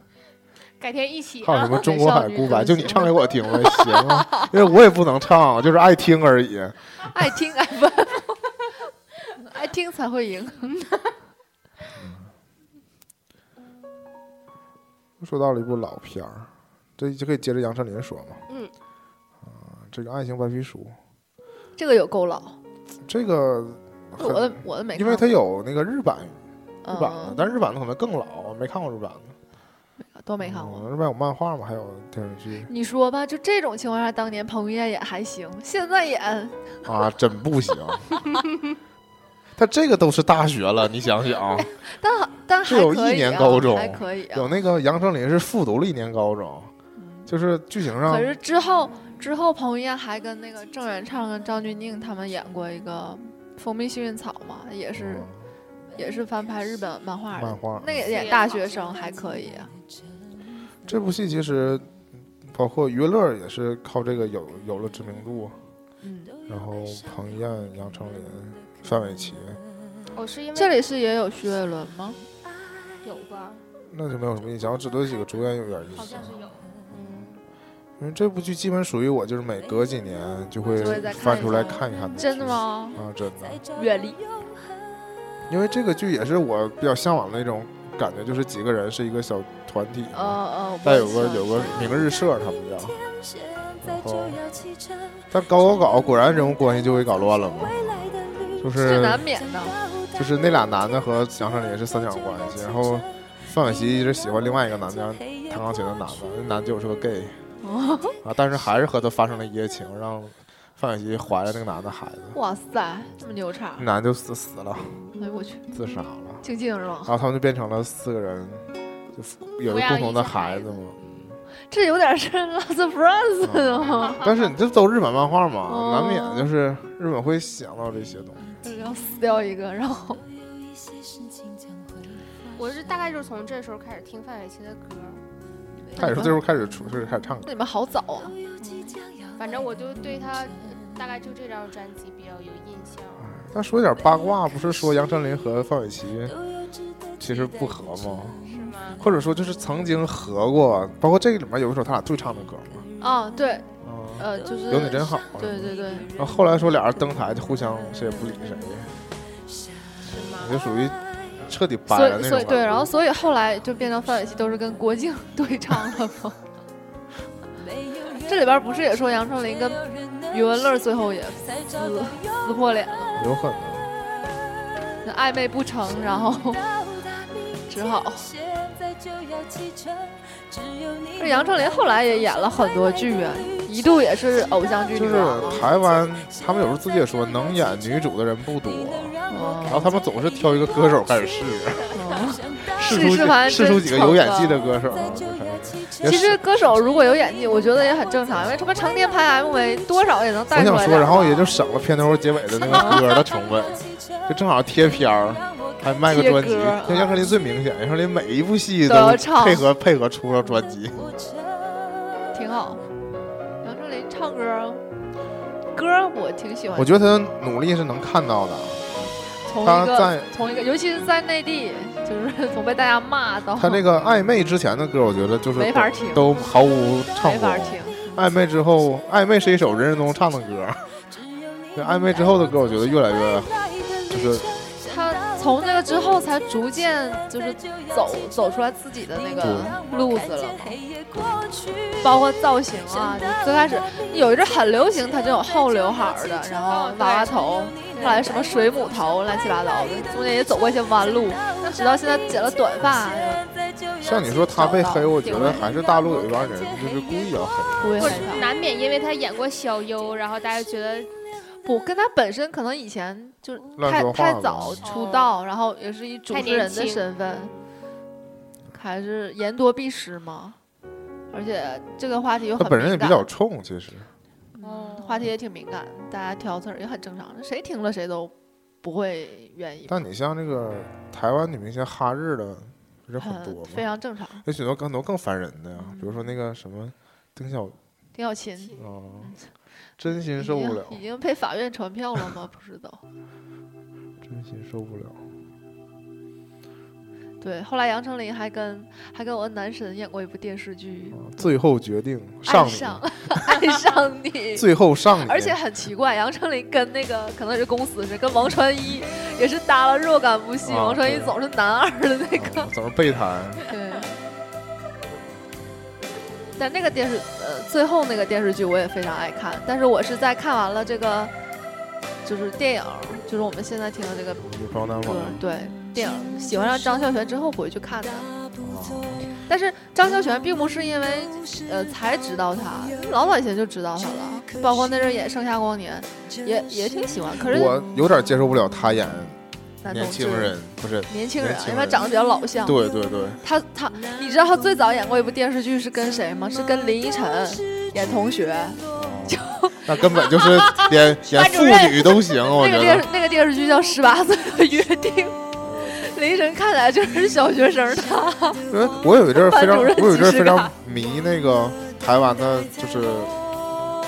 Speaker 3: 改天一起
Speaker 2: 还有
Speaker 3: 啊
Speaker 2: 什么中国海
Speaker 4: 美少女
Speaker 2: 孤白？
Speaker 4: 歌
Speaker 2: 就你
Speaker 4: 行
Speaker 2: 唱给我听呗，行啊，因为我也不能唱，就是爱听而已。
Speaker 4: 爱听 FM，爱听才会赢。
Speaker 2: 说到了一部老片儿，这就可以接着杨丞琳说嘛。
Speaker 3: 嗯
Speaker 2: 啊，这个《爱情白皮书
Speaker 4: 这个有够老，》
Speaker 2: 这个很，
Speaker 4: 我的我的没看
Speaker 2: 因
Speaker 4: 过，
Speaker 2: 为它有那个日版日版的，
Speaker 4: 嗯
Speaker 2: 但日版的可能更老，没看过日版的。
Speaker 4: 都没看过。
Speaker 2: 嗯日版有漫画嘛，还有电视剧
Speaker 4: 你说吧，就这种情况下，当年彭于晏也还行，现在演
Speaker 2: 啊，真不 行。他这个都是大学了，你想想，
Speaker 4: 但好但
Speaker 2: 这
Speaker 4: 还
Speaker 2: 有
Speaker 4: 可
Speaker 2: 一
Speaker 4: 以
Speaker 2: 年
Speaker 4: 啊
Speaker 2: 高中
Speaker 4: 还可以啊嗯
Speaker 2: 有。那个杨丞琳是复读了一年高中，就是剧情上嗯
Speaker 4: 可是之后之后，彭于晏还跟那个郑元畅跟张钧甯他们演过一个《蜂蜜幸运草》嘛，也是、
Speaker 2: 嗯
Speaker 4: 也是翻拍日本漫画的，
Speaker 2: 漫画
Speaker 4: 那个演大学生还可以啊。
Speaker 2: 这部戏其实包括娱乐也是靠这个有有了知名度，
Speaker 4: 嗯，
Speaker 2: 然后彭于晏、杨丞琳、范玮琪，
Speaker 3: 我是因为
Speaker 4: 这里是也有徐伟伦吗？
Speaker 3: 有吧，
Speaker 2: 那就没有什么印象，我只对几个主演有点印
Speaker 3: 好像
Speaker 2: 象。
Speaker 3: 是有。
Speaker 2: 因嗯为这部剧基本属于我，就是每隔几年就会
Speaker 4: 就会再看一
Speaker 2: 翻出来
Speaker 4: 下
Speaker 2: 看一看。
Speaker 4: 真的？吗？
Speaker 2: 啊，真的，
Speaker 4: 阅历，
Speaker 2: 因为这个剧也是我比较向往的那种感觉，就是几个人是一个小团体
Speaker 4: 呃呃，
Speaker 2: 再
Speaker 4: 我
Speaker 2: 有个
Speaker 4: 想
Speaker 2: 有个明日社，他们叫。
Speaker 1: 然后
Speaker 2: 但搞搞搞，果然人物关系就给搞乱了嘛。就是
Speaker 4: 这难免的。
Speaker 2: 就是那俩男的和杨丞琳是三角关系，然后范玮琪一直喜欢另外一个男的，弹钢琴的男的，那男的就是个 gay
Speaker 4: 哦
Speaker 2: 啊，但是还是和他发生了一夜情，让范玮琪怀了那个男的孩子，
Speaker 4: 哇塞，这么牛叉
Speaker 2: 那！男的就死死了，
Speaker 4: 哎呦我去，
Speaker 2: 自杀了，
Speaker 4: 静静是吗
Speaker 2: 然？后他们就变成了四个人，就有一个共同的孩子嘛。
Speaker 4: 这有点是 Lost
Speaker 2: 嗯
Speaker 4: Friends 吗？
Speaker 2: 但是你这都日本漫画嘛，
Speaker 4: 哦
Speaker 2: 难免就是日本会想到这些东西。
Speaker 4: 要死掉一个，然后
Speaker 3: 我是大概就是从这时候开始听范玮琪的歌，
Speaker 2: 他
Speaker 4: 嗯
Speaker 2: 也是这时候开始出，是开始唱歌。
Speaker 4: 你们好早啊！
Speaker 3: 反正我就对他呃大概就这张专辑比较有印象。
Speaker 2: 但说一点八卦，不是说杨丞琳和范玮琪其实不合吗？
Speaker 3: 是吗？
Speaker 2: 或者说就是曾经合过，包括这个里面有一首他俩对唱的歌嘛，
Speaker 4: 啊，对，
Speaker 2: 嗯，
Speaker 4: 呃，就是
Speaker 2: 有你真好。啊
Speaker 4: 对对对，
Speaker 2: 然后后来说俩人登台就互相谁也不理谁，
Speaker 3: 是吗？
Speaker 2: 就属于彻底掰
Speaker 4: 所
Speaker 2: 了
Speaker 4: 以
Speaker 2: 那种
Speaker 4: 所以
Speaker 2: 感觉
Speaker 4: 对，然后所以后来就变成范玮琪都是跟郭靖 对唱了吗？这里边不是也说杨丞琳跟余文乐最后也撕撕破脸了，
Speaker 2: 有可能
Speaker 4: 那暧昧不成，然后 只好。这杨丞琳后来也演了很多剧啊，一度也是偶像剧
Speaker 2: 就
Speaker 4: 女
Speaker 2: 是
Speaker 4: 王啊。
Speaker 2: 台湾他们有时候自己也说能演女主的人不多，
Speaker 4: 哦
Speaker 2: 啊然后他们总是挑一个歌手开始试，嗯
Speaker 4: 哦
Speaker 2: 试
Speaker 4: 试
Speaker 2: 出
Speaker 4: 试完
Speaker 2: 几试出几个
Speaker 4: 真成
Speaker 2: 有演
Speaker 4: 了
Speaker 2: 技的歌手，然后就开始也
Speaker 4: 其实
Speaker 2: 是
Speaker 4: 歌手如果有演技，我觉得也很正常，因为他们成天拍 MV，多少也能
Speaker 2: 我
Speaker 4: 带出
Speaker 2: 想
Speaker 4: 来点儿吧。
Speaker 2: 说，然后也就省了片头结尾的那个歌的成本，就正好贴片儿。还卖个专辑，
Speaker 4: 贴歌啊
Speaker 2: 像杨丞琳最明显，杨丞琳每一部戏
Speaker 4: 都要唱
Speaker 2: 配合配合出了专辑，
Speaker 4: 挺好。杨丞琳唱歌，歌我挺喜欢。
Speaker 2: 我觉得她的努力是能看到的。
Speaker 4: 从
Speaker 2: 她
Speaker 4: 一
Speaker 2: 在
Speaker 4: 个从一个，尤其是在内地，就是 从被大家骂到
Speaker 2: 她那个暧昧之前的歌，我觉得就是
Speaker 4: 没法听
Speaker 2: 都毫无唱
Speaker 4: 没
Speaker 2: 功
Speaker 4: 法。听。
Speaker 2: 暧昧之后，暧昧是一首人人都能唱的歌，对暧昧之后的歌，我觉得越来越就是
Speaker 4: 他从那个之后才逐渐就是走走出来自己的那个路子了嘛，包括造型啊，就最开始有一阵很流行他这种后刘海儿的，然后娃娃头，后来什么水母头，乱七八糟的，中间也走过一些弯路，那直到现在剪了短发，
Speaker 2: 像你说她被黑，我觉
Speaker 4: 顶
Speaker 2: 得
Speaker 4: 了
Speaker 2: 还是大陆有一帮人就是故意要黑。
Speaker 4: 不会
Speaker 3: 我
Speaker 4: 害怕。
Speaker 3: 难免因为他演过小优，然后大家觉得
Speaker 4: 不，跟他本身可能以前就是
Speaker 2: 乱
Speaker 4: 太
Speaker 2: 说话嗯
Speaker 4: 太
Speaker 2: 吧
Speaker 4: 早出道，然后也是以主
Speaker 3: 太
Speaker 4: 持
Speaker 3: 年
Speaker 4: 人的
Speaker 3: 轻
Speaker 4: 身份，还是言多必失嘛。而且这个话题
Speaker 2: 她
Speaker 4: 又很
Speaker 2: 本人也
Speaker 4: 敏
Speaker 2: 比
Speaker 4: 感
Speaker 2: 较冲，其实
Speaker 4: 嗯，话题也挺敏感，大家挑刺儿也很正常，谁听了谁都不会愿意吧，
Speaker 2: 但你像那个台湾女明星哈日的，不是很
Speaker 4: 很
Speaker 2: 多吗？
Speaker 4: 非常嗯正常。
Speaker 2: 有许多更多更烦人的呀，比如说那个什么丁小
Speaker 4: 丁小琴
Speaker 2: 啊，
Speaker 4: 嗯
Speaker 2: 真心
Speaker 4: 已
Speaker 2: 受不
Speaker 4: 经
Speaker 2: 了，
Speaker 4: 已经被法院传票了吗？不知道。
Speaker 2: 真心受不了。
Speaker 4: 对，后来杨丞琳还跟还跟我男神演过一部电视剧
Speaker 2: 嗯最后决定
Speaker 4: 《
Speaker 2: 上
Speaker 4: 爱
Speaker 2: 你，
Speaker 4: 上 爱上你》，
Speaker 2: 最后上你，啊
Speaker 4: 而且很奇怪，杨丞琳跟那个可能也是公司是跟王传一也是搭了若干部戏，
Speaker 2: 啊
Speaker 4: 王传一
Speaker 2: 对
Speaker 4: 总是男二的那个
Speaker 2: 嗯。怎么备胎？
Speaker 4: 对。 但那个电视，呃，最后那个电视剧我也非常爱看，但是我是在看完了这个，就是电影，就是我们现在听的这个
Speaker 2: 女朋友男
Speaker 4: 歌
Speaker 2: 朋友，，
Speaker 4: 对
Speaker 2: 嗯
Speaker 4: 电影，喜欢上张孝全之后回去看的。但是张孝全并不是因为，呃，才知道他，老早以前就知道他了，包括那阵儿演《盛夏光年》，也也挺喜欢。可是
Speaker 2: 我有点接受不了他演
Speaker 4: 男
Speaker 2: 年
Speaker 4: 同志
Speaker 2: 轻，人，不是？
Speaker 4: 年轻人啊
Speaker 2: 年，轻
Speaker 4: 因为
Speaker 2: 人
Speaker 4: 长得比较老相。
Speaker 2: 对对对，
Speaker 4: 他他，你知道他最早演过一部电视剧是跟谁吗？是跟林依晨演同学。
Speaker 2: 那根本就是 连连
Speaker 4: 班主
Speaker 2: 妇
Speaker 4: 任
Speaker 2: 女都行，哦我
Speaker 4: 那
Speaker 2: 觉
Speaker 4: 个电
Speaker 2: 得
Speaker 4: 视那个电视剧叫《十八岁的约定》， 林依晨看起来就是小学生她。
Speaker 2: 因为我有一阵儿 非常，
Speaker 4: 班主任
Speaker 2: 我有一阵儿
Speaker 4: 即视
Speaker 2: 非常
Speaker 4: 感
Speaker 2: 迷那个台湾的，就是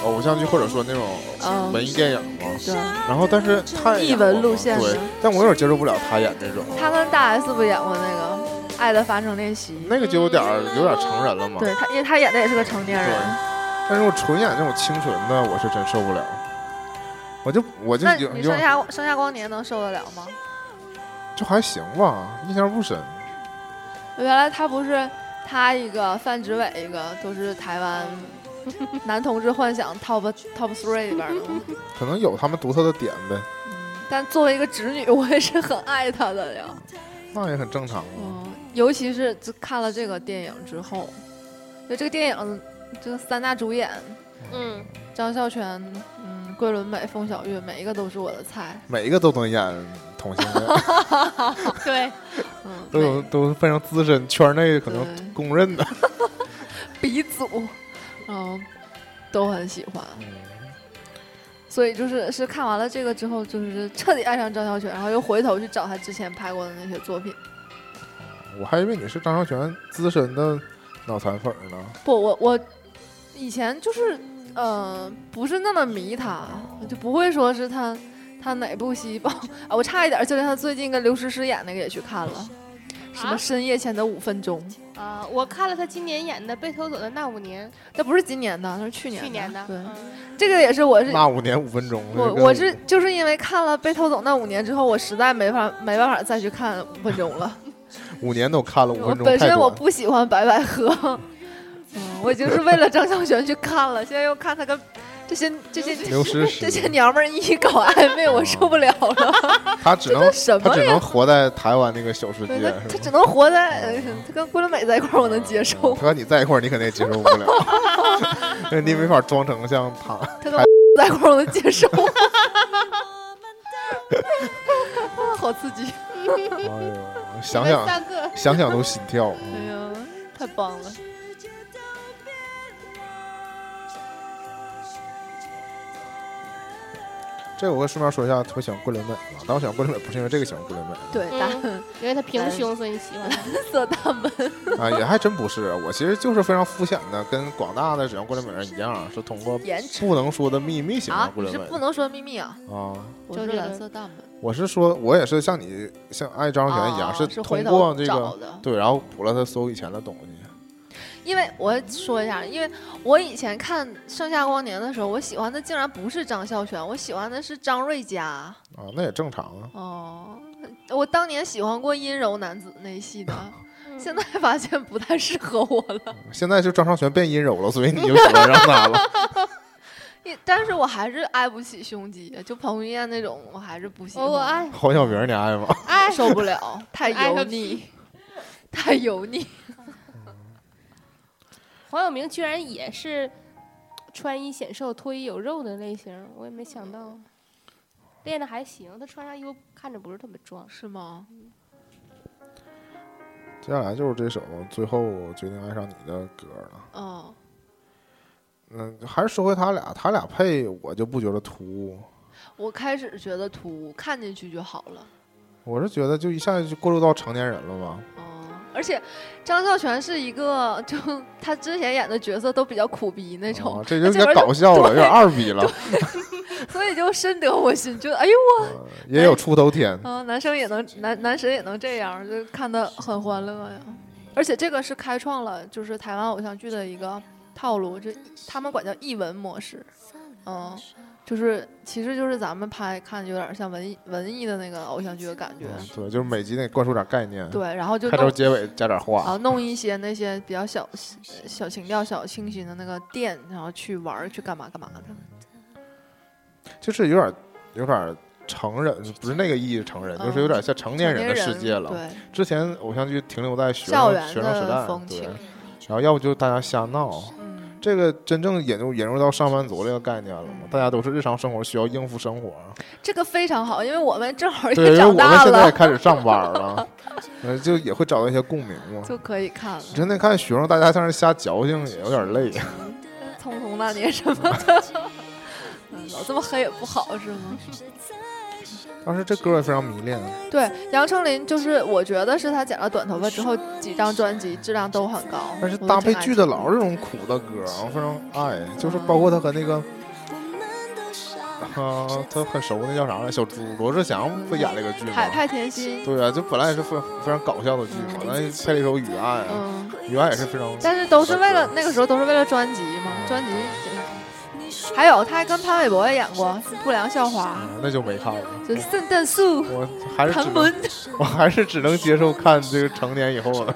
Speaker 2: 偶像剧或者说那
Speaker 4: 嗯
Speaker 2: 种文艺电影嘛。
Speaker 4: 对，
Speaker 2: 然后，但是他也
Speaker 4: 译
Speaker 2: 演
Speaker 4: 文
Speaker 2: 过
Speaker 4: 路
Speaker 2: 嘛
Speaker 4: 线
Speaker 2: 对
Speaker 4: 的，
Speaker 2: 但我有点接受不了他演这种，
Speaker 4: 他跟大 S 不演过那个《爱的发声练习》？
Speaker 2: 那个就有点儿有点儿成人了嘛。
Speaker 4: 对他，因为他演的也是个成年人。
Speaker 2: 但是我纯演这种清纯的，我是真受不了。我就我就
Speaker 4: 那
Speaker 2: 有
Speaker 4: 你
Speaker 2: 有
Speaker 4: 盛夏盛夏光年能受得了吗？
Speaker 2: 就还行吧，印象不深。
Speaker 4: 原来他不是他一个范植伟一个都是台湾男同志幻想 top top three 里边的 吗？嗯
Speaker 2: 可能有他们独特的点呗，
Speaker 4: 但作为一个直女，我也是很爱他的呀。
Speaker 2: 那也很正常啊。
Speaker 4: 嗯，尤其是就看了这个电影之后，就这个电影，这个三大主演
Speaker 3: 嗯，
Speaker 4: 张孝全、嗯，桂纶镁、凤小岳，每一个都是我的菜。
Speaker 2: 每一个都能演同性恋，
Speaker 3: 对，
Speaker 4: 嗯，
Speaker 2: 都有都是非常资深，圈内可能
Speaker 4: 对
Speaker 2: 公认的。
Speaker 4: 每鼻祖， 然后都很喜欢。所以就是是看完了这个之后，就是彻底爱上张孝全，然后又回头去找他之前拍过的那些作品。
Speaker 2: 我还以为你是张孝全资深的脑残粉儿呢。
Speaker 4: 不，我我以前就是呃不是那么迷他，我就不会说是他他哪部戏爆啊， 我差一点就连他最近跟刘诗诗演那个也去看了，什么
Speaker 3: 啊
Speaker 4: 深夜前的五分钟，
Speaker 3: 啊，我看了他今年演的《被偷走的那五年
Speaker 4: 那不是今年的，那是去》，年
Speaker 3: 去年的，
Speaker 4: 对，
Speaker 3: 嗯
Speaker 4: 这个也是我是
Speaker 2: 那五年五分钟，
Speaker 4: 我
Speaker 2: 这个
Speaker 4: 我是就是因为看了《被偷走那五年》之后，我实在没法没办法再去看五分钟了。
Speaker 2: 五年都看了五
Speaker 4: 我
Speaker 2: 分钟，
Speaker 4: 本
Speaker 2: 太
Speaker 4: 身我
Speaker 2: 短
Speaker 4: 不喜欢白百合，嗯，我已经是为了张孝全去看了，现在又看他跟这些这些
Speaker 2: 刘诗诗
Speaker 4: 这些娘们儿一搞暧昧，我受不了了。
Speaker 2: 他只能
Speaker 4: 这什
Speaker 2: 啊他
Speaker 4: 么
Speaker 2: 只
Speaker 4: 呀？
Speaker 2: 能活在台湾那个小世界，
Speaker 4: 对
Speaker 2: 是
Speaker 4: 他
Speaker 2: 吧
Speaker 4: 他只能活在呃他跟桂纶镁在一块儿，我能接受
Speaker 2: 嗯。他和你在一块儿，你肯定也接受不 了，因为你没法装成像他。
Speaker 4: 他跟我在一块儿，我能 接受。 啊好刺激！
Speaker 2: 哎呦，
Speaker 3: 你
Speaker 2: 想
Speaker 3: 们
Speaker 2: 想
Speaker 3: 三个，
Speaker 2: 想想都心跳。
Speaker 4: 哎呀，太棒了！
Speaker 2: 这我顺便说一下，特别喜欢桂纶镁嘛。但我喜欢桂纶镁不是因为这个喜欢桂纶镁啊的
Speaker 4: 对，大
Speaker 3: 因为他平胸，所以你喜欢他。
Speaker 4: 色大门。
Speaker 2: 啊，也还真不是。我其实就是非常肤浅的，跟广大的喜欢桂纶镁人一样，是通过
Speaker 4: 颜值
Speaker 2: 不能说的秘密喜欢
Speaker 4: 啊，
Speaker 2: 桂纶
Speaker 4: 你是不
Speaker 2: 镁
Speaker 4: 能说秘密啊！
Speaker 2: 的啊。
Speaker 4: 我
Speaker 3: 就是哦这个
Speaker 4: 蓝色大门，
Speaker 2: 我是说，我也是像你像爱张小泉一样，
Speaker 4: 啊是
Speaker 2: 通
Speaker 4: 回
Speaker 2: 过
Speaker 4: 头
Speaker 2: 这
Speaker 4: 找
Speaker 2: 个
Speaker 4: 的。
Speaker 2: 对，然后补了他所有以前的东西。
Speaker 4: 因为我说一下，因为我以前看《盛夏光年》的时候，我喜欢的竟然不是张孝全，我喜欢的是张瑞佳。
Speaker 2: 啊，那也正常啊。
Speaker 4: 哦，我当年喜欢过阴柔男子那一系的，
Speaker 3: 嗯
Speaker 4: 现在发现不太适合我了。
Speaker 2: 现在就张尚权变阴柔了，所以你就喜欢上他了。
Speaker 4: 也但是我还是爱不起胸肌，就彭于晏那种，我还是不喜欢，
Speaker 3: 我哎我爱
Speaker 2: 黄晓明，你爱吗？
Speaker 3: 爱
Speaker 4: 受不了，太
Speaker 3: 爱
Speaker 4: 油
Speaker 3: 个
Speaker 4: 腻，太油腻。
Speaker 3: 黄晓明，居然也是穿衣显瘦、脱衣有肉的类型，我也没想到。练的还行，他穿上衣服看着不是特别壮。
Speaker 4: 是吗？
Speaker 2: 接下来就是这首最后决定爱上你的歌了。
Speaker 4: 嗯，
Speaker 2: 嗯，还是说回他俩，他俩配我就不觉得突兀，
Speaker 4: 我开始觉得突兀，看进去就好了。
Speaker 2: 我是觉得就一下就过渡到成年人了嘛。
Speaker 4: 嗯，而且张孝全是一个，就他之前演的角色都比较苦逼那种，
Speaker 2: 啊这
Speaker 4: 那
Speaker 2: 就有点
Speaker 4: 这边就
Speaker 2: 搞笑了，有点
Speaker 4: 对
Speaker 2: 二逼了，
Speaker 4: 所以就深得我心，觉得哎呦我，
Speaker 2: 嗯也有出头天。
Speaker 4: 啊，男生也能男男神也能这样，就看得很欢乐呀。而且这个是开创了就是台湾偶像剧的一个套路，就他们管叫译文模式，嗯，就是其实就是咱们拍看有点像文艺文艺的那个偶像剧的感觉，
Speaker 2: 嗯对，就是每集得灌输点概念，
Speaker 4: 对，然后就
Speaker 2: 开头
Speaker 4: 弄
Speaker 2: 结尾加点
Speaker 4: 然
Speaker 2: 话
Speaker 4: 后，弄一些那些比较小呃小情调、小清新的那个店，然后去玩儿去干嘛干嘛的。
Speaker 2: 就是有点有点成人，不是那个意义的成人，
Speaker 4: 嗯
Speaker 2: 就是有点像成年人的世界了。
Speaker 4: 对，
Speaker 2: 之前偶像剧停留在学
Speaker 4: 校
Speaker 2: 生
Speaker 4: 园
Speaker 2: 学生时代
Speaker 4: 的，风
Speaker 2: 对，
Speaker 4: 情
Speaker 2: 然，后要不就大家瞎闹。
Speaker 4: 嗯，
Speaker 2: 这个真正引入引入到上班族这个概念了嘛？大家都是日常生活需要应付生活，
Speaker 4: 这个非常好，因为我们正好
Speaker 2: 对，因
Speaker 4: 也
Speaker 2: 为我
Speaker 4: 长
Speaker 2: 们
Speaker 4: 大
Speaker 2: 现在也
Speaker 4: 了，
Speaker 2: 开始上班 了，呃，就也会找到一些共鸣嘛。
Speaker 4: 就可以看了。
Speaker 2: 真的看学生，大家在那瞎矫情也有点累。
Speaker 4: 匆匆那年什么的， 嗯老这么黑也不好是吗？
Speaker 2: 当时这歌也非常迷恋，
Speaker 4: 对，杨丞琳就是我觉得是她剪了短头发之后几张专辑质量都很高，
Speaker 2: 但是
Speaker 4: 我就
Speaker 2: 搭
Speaker 4: 挺
Speaker 2: 配
Speaker 4: 爱
Speaker 2: 剧
Speaker 4: 听嗯
Speaker 2: 的老是这种苦的歌，我非常爱，就是包括他和那个，啊，他很熟那叫啥来，小猪罗志祥不演了一个剧
Speaker 4: 海
Speaker 2: 吗？
Speaker 4: 派甜心，
Speaker 2: 对啊，就本来也是非非常搞笑的剧嘛，那配了一首《雨爱》，
Speaker 4: 嗯，
Speaker 2: 《雨爱》也是非常，
Speaker 4: 但是都是为了那个时候都是为了专辑嘛，
Speaker 2: 嗯
Speaker 4: 专辑就是。还有，他还跟潘玮柏也演过《不良校花
Speaker 2: 嗯那就没看了，》，
Speaker 4: 就是圣诞树、
Speaker 2: 我还是只
Speaker 4: 唐
Speaker 2: 能
Speaker 4: 文、
Speaker 2: 我还是只能接受看这个成年以后了。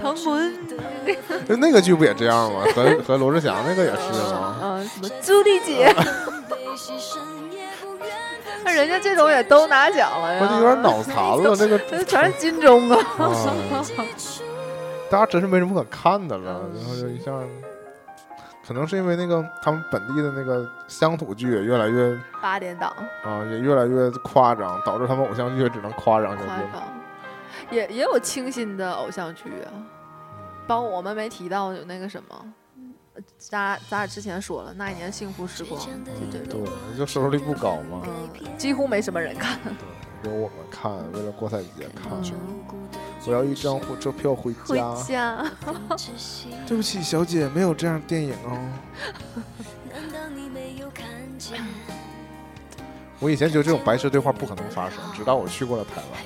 Speaker 4: 唐文，
Speaker 2: 就那个剧不也这样吗？和和罗志祥那个也是吗？
Speaker 4: 嗯，什么朱丽 姐， 那 人家这种也都 拿奖了
Speaker 2: 嗯我
Speaker 4: 呀，
Speaker 2: 就有点脑残了，那个
Speaker 4: 这全是金钟啊。
Speaker 2: 啊，大家真是没什么可看的了，然后就一下，可能是因为那个他们本地的那个乡土剧也越来越
Speaker 4: 八点档，
Speaker 2: 啊、也越来越夸张，导致他们偶像剧也只能夸张下
Speaker 4: 夸
Speaker 2: 去。
Speaker 4: 张，也也有清新的偶像剧啊，包括我们没提到有那个什么，呃咱俩咱俩之前说了，那一年幸福时光，就这种，
Speaker 2: 对，就收视率不高嘛，
Speaker 4: 嗯，几乎没什么人看，
Speaker 2: 给我们看，为了过彩节看。
Speaker 4: 嗯，
Speaker 2: 我要一 张火车票回
Speaker 4: 回
Speaker 2: 家。
Speaker 4: 家，
Speaker 2: 对不起，小姐，没有这样的电影哦。我以前觉得这种白痴对话不可能发生，直到我去过了台湾，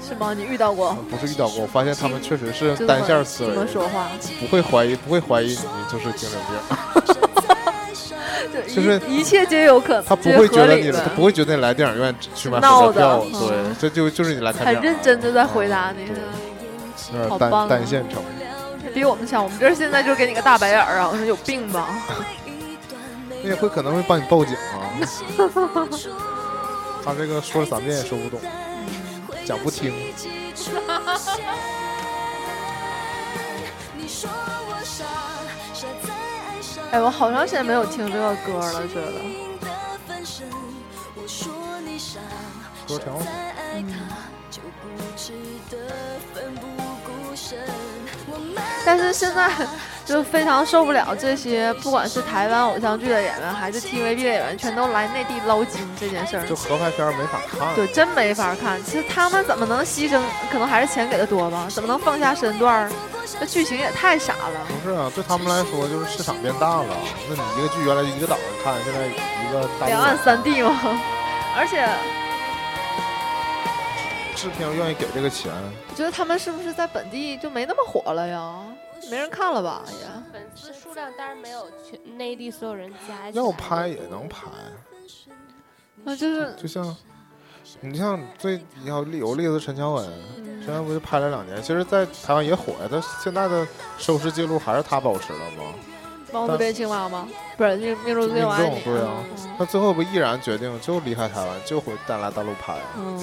Speaker 4: 是吗？你遇到过
Speaker 2: 不是遇到过，我发现他们确实是
Speaker 4: 这么
Speaker 2: 单线思
Speaker 4: 这么
Speaker 2: 维，
Speaker 4: 说话，
Speaker 2: 不会怀疑，不会怀疑你就是精神病，
Speaker 4: 对，
Speaker 2: 就是
Speaker 4: 一一切皆有可能，
Speaker 2: 他不
Speaker 4: 皆
Speaker 2: 会觉
Speaker 4: 合
Speaker 2: 得
Speaker 4: 理
Speaker 2: 你，
Speaker 4: 的
Speaker 2: 他不会觉得你来电影院只去买火车
Speaker 4: 闹
Speaker 2: 票，
Speaker 4: 的
Speaker 2: 对
Speaker 4: 嗯，
Speaker 2: 这就就是你来看电
Speaker 4: 很
Speaker 2: 影，啊
Speaker 4: 认真的在回答你
Speaker 2: 对，有
Speaker 4: 好
Speaker 2: 点
Speaker 4: 棒
Speaker 2: 单
Speaker 4: 啊
Speaker 2: 单线程，
Speaker 4: 比我们强，我们这儿现在就给你个大白眼儿啊！我说有病吧？
Speaker 2: 那也会可能会帮你报 警啊。 他这个说了三遍也说不懂，讲不听。
Speaker 4: 哎，我好长时间没有听这个歌了，觉得。
Speaker 2: 歌挺好听。
Speaker 4: 嗯但是现在就非常受不了这些，不管是台湾偶像剧的演员，还是 TVB 的演员，全都来内地捞金这件事儿，
Speaker 2: 就合拍片儿没法看。
Speaker 4: 对，真没法看。其实他们怎么能牺牲？可能还是钱给的多吧？怎么能放下身段儿？这剧情也太傻了。
Speaker 2: 不是啊，对他们来说就是市场变大了。那你一个剧原来一个岛上看，现在一个大陆
Speaker 4: 两岸三地嘛， 而且
Speaker 2: 制片愿意给这个钱，
Speaker 4: 我觉得他们是不是在本地就没那么火了呀？没人看了吧？也
Speaker 3: 粉丝数量当然没有全内地所有人加起来
Speaker 2: 要拍也能拍。
Speaker 4: 那就是
Speaker 2: 就像你像最你要有例子陈乔恩，
Speaker 4: 嗯
Speaker 2: 陈乔恩不就拍了两年？其实，在台湾也火呀。但现在的收视记录还是他保持了吗？
Speaker 4: 猫咪对青蛙吗？不是命命中最
Speaker 2: 命
Speaker 4: 爱
Speaker 2: 中
Speaker 4: 你。
Speaker 2: 对啊。他最后不毅然决定就离开台湾，就回再来大陆拍啊，
Speaker 4: 嗯。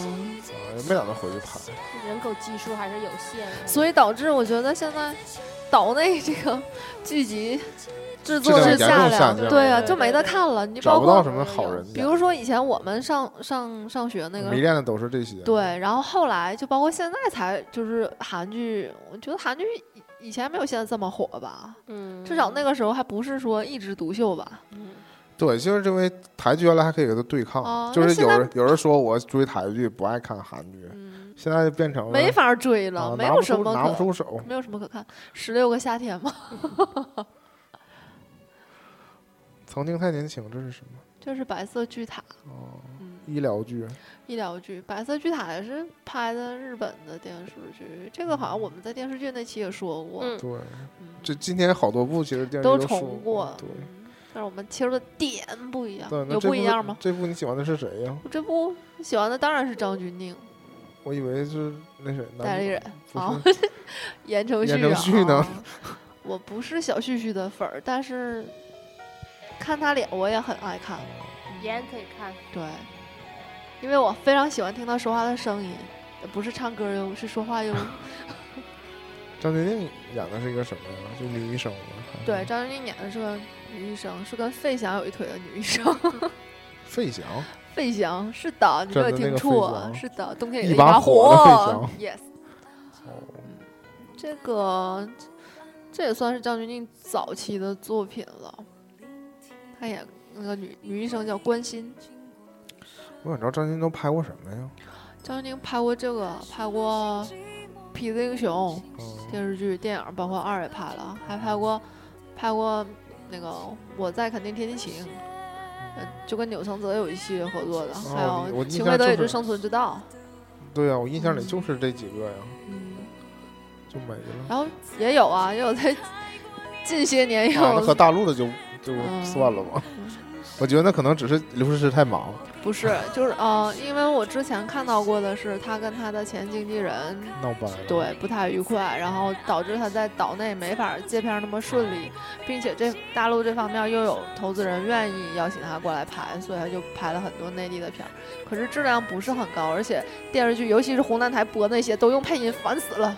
Speaker 2: 也没打算回去拍。
Speaker 3: 人口基数还是有限的，
Speaker 4: 所以导致我觉得现在岛内这个剧集制作
Speaker 2: 质量
Speaker 4: 是
Speaker 2: 严重下
Speaker 4: 降，
Speaker 2: 降
Speaker 4: 对啊，
Speaker 3: 对
Speaker 4: 就没得
Speaker 3: 对
Speaker 4: 看了。你
Speaker 2: 找
Speaker 4: 包
Speaker 2: 不到
Speaker 4: 括
Speaker 2: 什么好人家，
Speaker 4: 比如说以前我们上上上学那
Speaker 2: 迷
Speaker 4: 个。
Speaker 2: 恋的都是这些。
Speaker 4: 对，然后后来就包括现在才就是韩剧，我觉得韩剧以以前没有现在这么火吧，
Speaker 3: 嗯，
Speaker 4: 至少那个时嗯候还不是说一枝独秀吧。
Speaker 2: 对，就是因为台剧原来还可以给他对抗，
Speaker 4: 哦
Speaker 2: 就
Speaker 4: 那
Speaker 2: 是
Speaker 4: 现
Speaker 2: 有
Speaker 4: 在
Speaker 2: 人有人说我追台剧不爱看韩剧，
Speaker 4: 嗯，
Speaker 2: 现在就变成了
Speaker 4: 没法追了，
Speaker 2: 啊
Speaker 4: 没
Speaker 2: 拿不
Speaker 4: 有什
Speaker 2: 出
Speaker 4: 么
Speaker 2: 拿不
Speaker 4: 可
Speaker 2: 出手。
Speaker 4: 没有什么可看，十六个夏天嘛，
Speaker 2: 曾经太年轻，这是什么？
Speaker 4: 就是白色巨塔，
Speaker 2: 哦，
Speaker 4: 嗯，
Speaker 2: 医疗剧。
Speaker 4: 医疗剧《白色巨塔》是拍的日本的电视剧，这个好像我们在电视剧那期也说过，
Speaker 3: 嗯
Speaker 2: 对，
Speaker 4: 嗯
Speaker 2: 这今天好多部其实电视剧
Speaker 4: 都
Speaker 2: 说
Speaker 4: 重过
Speaker 2: 对
Speaker 4: 嗯但是我们切入的点不一样
Speaker 2: 对，，那
Speaker 4: 有
Speaker 2: 这部
Speaker 4: 不一样吗？
Speaker 2: 这部你喜欢的是谁呀？
Speaker 4: 我这部喜欢的当然是张钧甯、
Speaker 2: 我以为是那谁，
Speaker 4: 戴立忍啊
Speaker 2: 不是，
Speaker 4: 言承旭、啊。
Speaker 2: 言承旭呢
Speaker 4: 啊我不是小旭旭的粉儿，但是看他脸我也很爱看。
Speaker 2: 嗯
Speaker 3: 演可以看，
Speaker 4: 对，因为我非常喜欢听他说话的声音，呃不是唱歌哟，是说 话哟。
Speaker 2: 张钧甯演的是一个什么呀？就女医生吗？还是
Speaker 4: 对，，张钧甯演的是个女医生，是跟费翔有一腿的女医生。
Speaker 2: 费翔，
Speaker 4: 费翔是的，你没
Speaker 2: 站的
Speaker 4: 有
Speaker 2: 那
Speaker 4: 听
Speaker 2: 个费
Speaker 4: 错，
Speaker 2: 翔
Speaker 4: 是的，冬天
Speaker 2: 一
Speaker 4: 里的
Speaker 2: 把火的费
Speaker 4: 火。Yes，
Speaker 2: 哦
Speaker 4: 这个这也算是张钧甯早期的作品了。她演那个哎女女医生叫关心，
Speaker 2: 我想知道张钧甯都拍过什么呀？
Speaker 4: 张钧甯拍过这个，拍过《痞子英雄》
Speaker 2: 嗯，
Speaker 4: 电视剧、电影，包括二也拍了，还拍过拍过那个《我在肯定天气晴》。呃，就跟钮承泽有一系列合作的，
Speaker 2: 哦
Speaker 4: 还
Speaker 2: 我
Speaker 4: 有
Speaker 2: 我
Speaker 4: 《
Speaker 2: 印
Speaker 4: 情
Speaker 2: 象
Speaker 4: 非得
Speaker 2: 就
Speaker 4: 已之
Speaker 2: 是
Speaker 4: 生存 之道》
Speaker 2: 对啊呀，我印象里就是这几个呀，
Speaker 4: 嗯，
Speaker 2: 就没了。
Speaker 4: 然后也有啊，也有在近些年也有，
Speaker 2: 啊，那和大陆的就就
Speaker 4: 哎嗯
Speaker 2: 算了吧。我觉得那可能只是刘诗诗太忙，
Speaker 4: 不是，就是呃，因为我之前看到过的是他跟他的前经纪人
Speaker 2: 闹掰了。，
Speaker 4: 对不太愉快，然后导致他在岛内没法接片那么顺利，并且这大陆这方面又有投资人愿意邀请他过来拍，所以他就拍了很多内地的片儿，可是质量不是很高，而且电视剧尤其是湖南台播那些都用配音，烦死了。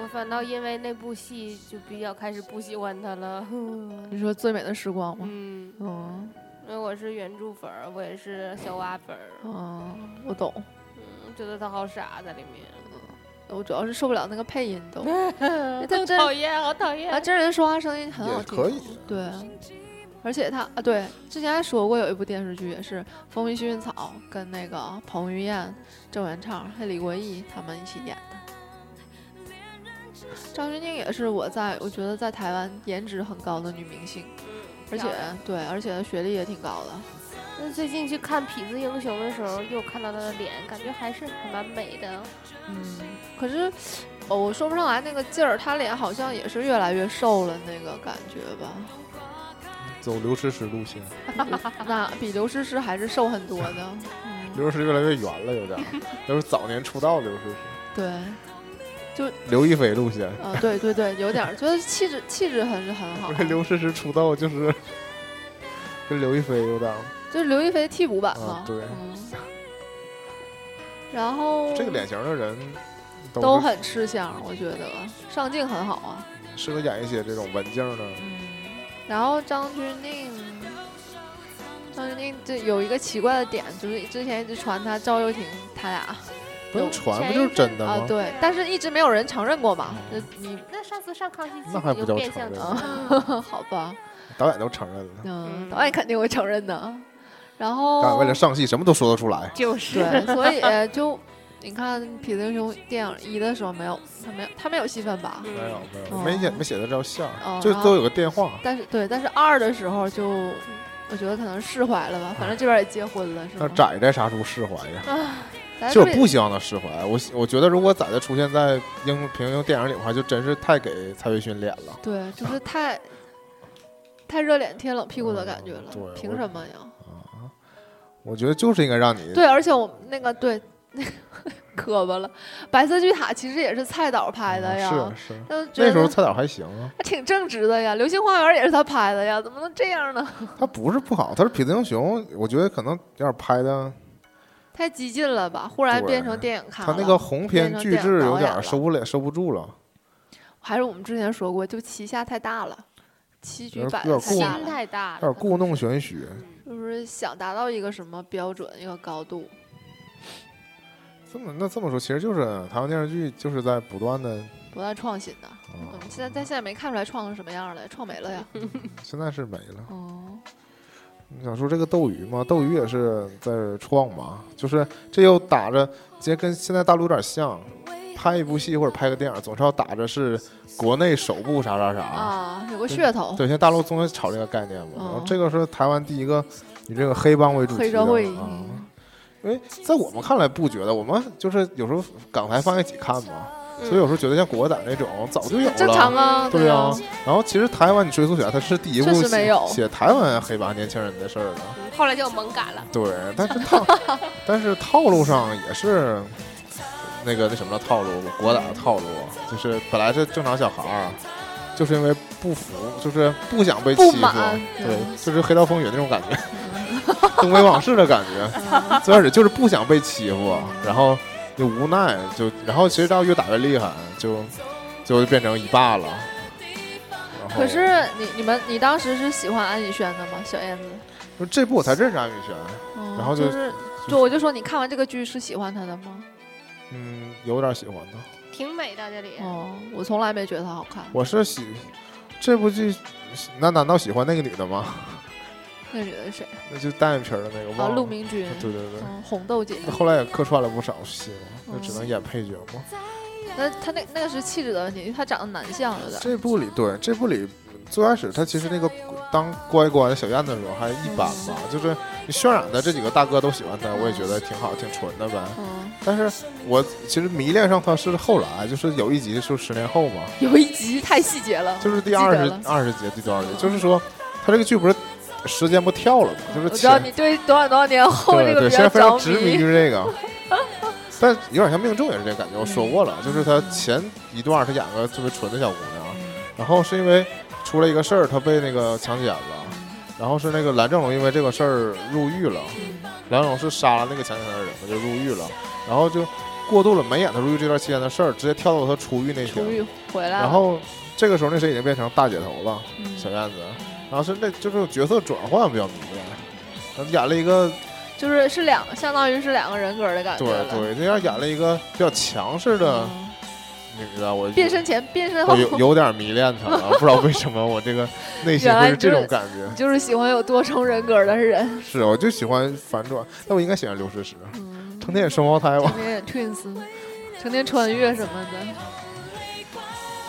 Speaker 3: 我反倒因为那部戏就比较开始不喜欢他了。
Speaker 4: 你说《最美的时光》吗？
Speaker 3: 嗯，
Speaker 4: 嗯
Speaker 3: 因为我是原著粉儿，我也是小蛙粉儿，
Speaker 4: 嗯，我懂。
Speaker 3: 嗯，觉得他好傻在里 面，
Speaker 4: 我主要是受不了那个配音都，
Speaker 3: 好讨厌，好讨
Speaker 4: 啊，
Speaker 3: 厌。
Speaker 4: 真人说话声音很好
Speaker 2: 也
Speaker 4: 听，
Speaker 2: 可以。
Speaker 4: 对，而且他啊，对，之前还说过有一部电视剧也是《风云薰衣草》，跟那个彭于晏、郑元畅还有李国毅他们一起演的。张钧甯也是我在我觉得在台湾颜值很高的女明星，而且
Speaker 3: 漂亮
Speaker 4: 对，而且学历也挺高的。
Speaker 3: 那最近去看《痞子英雄》的时候，又看到他的脸，感觉还是还蛮美的。
Speaker 4: 嗯，可是哦，我说不上来那个劲儿，她脸好像也是越来越瘦了那个感觉吧。
Speaker 2: 走刘诗诗路线，
Speaker 4: 那比刘诗诗还是瘦很多的。嗯，
Speaker 2: 刘诗诗越来越圆了，有点儿，就是早年出道的刘诗诗，
Speaker 4: 对。
Speaker 2: 刘亦菲路线。
Speaker 4: 啊，对对对，有点儿觉得气质气质还是很好
Speaker 2: 我，跟刘诗诗出道就是跟刘亦菲有
Speaker 4: 啊
Speaker 2: 点儿，
Speaker 4: 就是刘亦菲替补版
Speaker 2: 啊。
Speaker 4: 嘛
Speaker 2: 对
Speaker 4: 嗯。然后
Speaker 2: 这个脸型的人都
Speaker 4: 都
Speaker 2: 是
Speaker 4: 很吃香，我觉得上镜很好啊。
Speaker 2: 适合演一些这种文静的。
Speaker 4: 嗯。然后张钧甯，张钧甯这有一个奇怪的点，就是之前一直传她赵又廷他俩
Speaker 2: 不用
Speaker 4: 有
Speaker 2: 传，
Speaker 3: 前
Speaker 2: 不就
Speaker 3: 一
Speaker 2: 是真的
Speaker 4: 啊
Speaker 2: 吗？，
Speaker 4: 对，但是一直没有人承认过嘛。
Speaker 2: 哦
Speaker 4: 就你
Speaker 3: 那上次上康熙
Speaker 2: 那
Speaker 3: 期
Speaker 2: 还
Speaker 3: 你
Speaker 2: 不
Speaker 3: 就
Speaker 2: 叫
Speaker 3: 变
Speaker 2: 承
Speaker 3: 相
Speaker 2: 认
Speaker 3: 承
Speaker 2: 啊
Speaker 3: 认了。
Speaker 4: 好吧，
Speaker 2: 导演都承认了，
Speaker 4: 嗯，
Speaker 3: 嗯
Speaker 4: 导演肯定会承认的。然
Speaker 2: 导
Speaker 4: 后
Speaker 2: 演为了上戏什么都说得出来。
Speaker 3: 就是
Speaker 4: 对，所以呃就你看《痞子英雄》电影一的时候没有，他没有，他没有戏份吧？
Speaker 2: 没有没有，
Speaker 4: 哦
Speaker 2: 没写没写到这线
Speaker 4: 哦嗯
Speaker 2: 儿，就
Speaker 4: 然后
Speaker 2: 都有个电话。
Speaker 4: 但是对，但是二的时候就，我觉得可能释怀了吧，反正这边也结婚了，是
Speaker 2: 那
Speaker 4: 吗？
Speaker 2: 仔仔啥时候释怀呀？
Speaker 4: 咱
Speaker 2: 啊就
Speaker 4: 这
Speaker 2: 是不希望他释怀。我我觉得如果仔仔出现在英平庸电影里的话，就真是太给蔡岳勋脸了。
Speaker 4: 对，就是太太热脸贴冷屁股的感觉了
Speaker 2: 嗯，对
Speaker 4: 凭
Speaker 2: 我
Speaker 4: 什么呀？
Speaker 2: 我觉得就是应该让你
Speaker 4: 对，而且我那个对 那个磕巴了，《白色巨塔》其实也是蔡导拍的呀，
Speaker 2: 嗯是是。
Speaker 4: 就觉
Speaker 2: 那时候
Speaker 4: 得
Speaker 2: 蔡导还行啊，
Speaker 4: 还挺正直的呀，《流星花园》也是他拍的呀，怎么能这样呢？
Speaker 2: 他不是不好，他是痞子英雄，我觉得可能有点拍的，
Speaker 4: 太激进了吧，忽然
Speaker 2: 对
Speaker 4: 变成电影咖
Speaker 2: 他
Speaker 4: 了。
Speaker 2: 那个鸿篇巨制有
Speaker 4: 变成电影导演
Speaker 2: 点
Speaker 4: 了
Speaker 2: 收不了，收不住了。
Speaker 4: 还是我们之前说过，就旗下太大了，棋局
Speaker 2: 有点
Speaker 4: 摆
Speaker 2: 有
Speaker 4: 的
Speaker 2: 点
Speaker 4: 太
Speaker 2: 过
Speaker 4: 大
Speaker 3: 心
Speaker 4: 了，
Speaker 3: 太大
Speaker 2: 有点，
Speaker 3: 了
Speaker 2: 故弄玄虚，
Speaker 4: 就是想达到一个什么标准，一个高度。
Speaker 2: 这么那这么说，其实就是台湾电视剧就是在不断的，
Speaker 4: 不断创新嗯的，我
Speaker 2: 啊
Speaker 4: 们现在但现在没看出来创成什么样了，创没了呀。
Speaker 2: 现在是没了。
Speaker 4: 哦，
Speaker 2: 你想说这个斗鱼嘛，斗鱼也是在创嘛，就是这又打着，其实跟现在大陆有点像，拍一部戏或者拍个电影，总是要打着是国内首部啥啥啥。
Speaker 4: 啊，有个噱头，
Speaker 2: 对，现在大陆总是炒这个概念嘛，然后
Speaker 4: 嗯
Speaker 2: 这个是台湾第一个以这个黑帮为主
Speaker 4: 黑
Speaker 2: 题的
Speaker 4: 社会
Speaker 2: 啊。因为在我们看来不觉得，我们就是有时候港台放一起看嘛，
Speaker 4: 嗯
Speaker 2: 所以有时候觉得像国胆那种早就有了，
Speaker 4: 正常啊，
Speaker 2: 对
Speaker 4: 啊，
Speaker 2: 然后其实台湾你追溯起来，它是第一部
Speaker 4: 确实没
Speaker 2: 写
Speaker 4: 有
Speaker 2: 写台湾黑帮年轻人的事儿的。
Speaker 3: 后来就猛改了，
Speaker 2: 对，但是套，但是套路上也是那个那什么的套路，国打的套路，啊就是本来是正常小孩儿，啊就是因为不服，就是不想被欺
Speaker 4: 不
Speaker 2: 负，
Speaker 4: 满嗯
Speaker 2: 对，就是《黑道风云》那种感觉， 东北往事的感
Speaker 4: 嗯
Speaker 2: 觉，最开始就是不想被欺负，然后就无奈，就然后其实到越打越厉害，就就变成一霸了。然后
Speaker 4: 可是你你们你当时是喜欢安以轩的吗？小燕子，
Speaker 2: 就这部我才认识安宇轩，
Speaker 4: 嗯
Speaker 2: 然后
Speaker 4: 就
Speaker 2: 就是就
Speaker 4: 就我就说你看完这个剧是喜欢他的吗？
Speaker 2: 嗯，有点喜欢他。
Speaker 3: 挺美的这里。
Speaker 4: 哦，我从来没觉得他好看，
Speaker 2: 我是喜这部剧，那难道喜欢那个女的吗？
Speaker 4: 那女的是谁
Speaker 2: 那就单眼皮儿的那个，
Speaker 4: 啊？
Speaker 2: 忘了。
Speaker 4: 陆明君，
Speaker 2: 对对对，
Speaker 4: 嗯，红豆姐，
Speaker 2: 那 后来也客串了不少戏嘛，那只
Speaker 4: 嗯
Speaker 2: 能演配角嘛。
Speaker 4: 那他那那个是气质的问题，因为他长得男相有点。
Speaker 2: 这部里对这部里最开始他其实那个当乖乖的小燕子的时候还一般吧，
Speaker 4: 嗯
Speaker 2: 就是你渲染的这几个大哥都喜欢他，我也觉得挺好，挺纯的呗。
Speaker 4: 嗯，
Speaker 2: 但是我其实迷恋上他是后来，就是有一集是十年后嘛，
Speaker 4: 有一集太细节了，
Speaker 2: 就是第
Speaker 4: 记
Speaker 2: 二
Speaker 4: 得
Speaker 2: 十
Speaker 4: 了
Speaker 2: 二十节第多少节，就是说他这个剧不是时间不跳了嘛，就是
Speaker 4: 我知道
Speaker 2: 前
Speaker 4: 你对多少多少年后
Speaker 2: 对
Speaker 4: 这个
Speaker 2: 对，
Speaker 4: 比
Speaker 2: 现在
Speaker 4: 较
Speaker 2: 非常
Speaker 4: 着
Speaker 2: 执迷于
Speaker 4: 迷。
Speaker 2: 这个。 但有点像命中也是这感觉，我说过了，就是
Speaker 4: 嗯
Speaker 2: 他前一段他演个特别纯的小姑娘，然后是因为出了一个事儿，他被那个强奸了，然后是那个蓝正龙因为这个事儿入狱了，
Speaker 4: 嗯
Speaker 2: 蓝正龙是杀了那个强奸他的人嘛，就入狱了，然后就过渡了没演他入狱这段期间的事儿，直接跳到他出狱那
Speaker 4: 出
Speaker 2: 天，
Speaker 4: 狱回来了，
Speaker 2: 然后这个时候那谁已经变成大姐头了，
Speaker 4: 嗯
Speaker 2: 小燕子，然后是那就是角色转换比较明显，然后演了一个
Speaker 4: 就是是两，相当于是两个人格的感觉
Speaker 2: 对
Speaker 4: 了。
Speaker 2: 对，那样演了一个比较强势的
Speaker 4: 嗯
Speaker 2: 女的，我
Speaker 4: 变身前变身后
Speaker 2: 我，有有点迷恋她了，不知道为什么我这 个内心
Speaker 4: 原
Speaker 2: 会
Speaker 4: 来
Speaker 2: 是这
Speaker 4: 就是
Speaker 2: 种感觉。
Speaker 4: 就是喜欢有多重人格的人。
Speaker 2: 是，我就喜欢反转，那我应该喜欢刘诗诗，
Speaker 4: 嗯，
Speaker 2: 成天也双胞胎吧
Speaker 4: 成，天也 twins，成天穿越什么的。嗯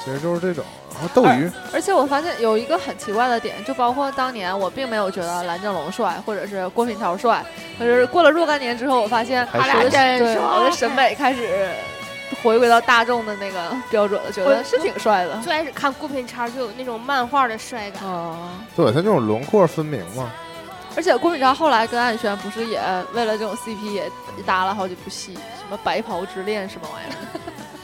Speaker 2: 其实就是这种。然后斗鱼，
Speaker 4: 而且我发现有一个很奇怪的点，就包括当年我并没有觉得蓝正龙帅，或者是郭品超帅，可是过了若干年之后，我发现
Speaker 2: 还
Speaker 4: 我
Speaker 2: 是
Speaker 4: 的
Speaker 3: 真
Speaker 4: 对
Speaker 3: 帅
Speaker 4: 我的审美开始回归到大众的那个标准了，觉得
Speaker 3: 我
Speaker 4: 是挺帅的。
Speaker 3: 最开始看郭品超就有那种漫画的帅感，
Speaker 4: 哦，
Speaker 2: 对他那种轮廓分明嘛，
Speaker 4: 而且郭品超后来跟安以轩不是也为了这种 CP 也搭了好几部戏，什么《白袍之恋》什么玩意儿，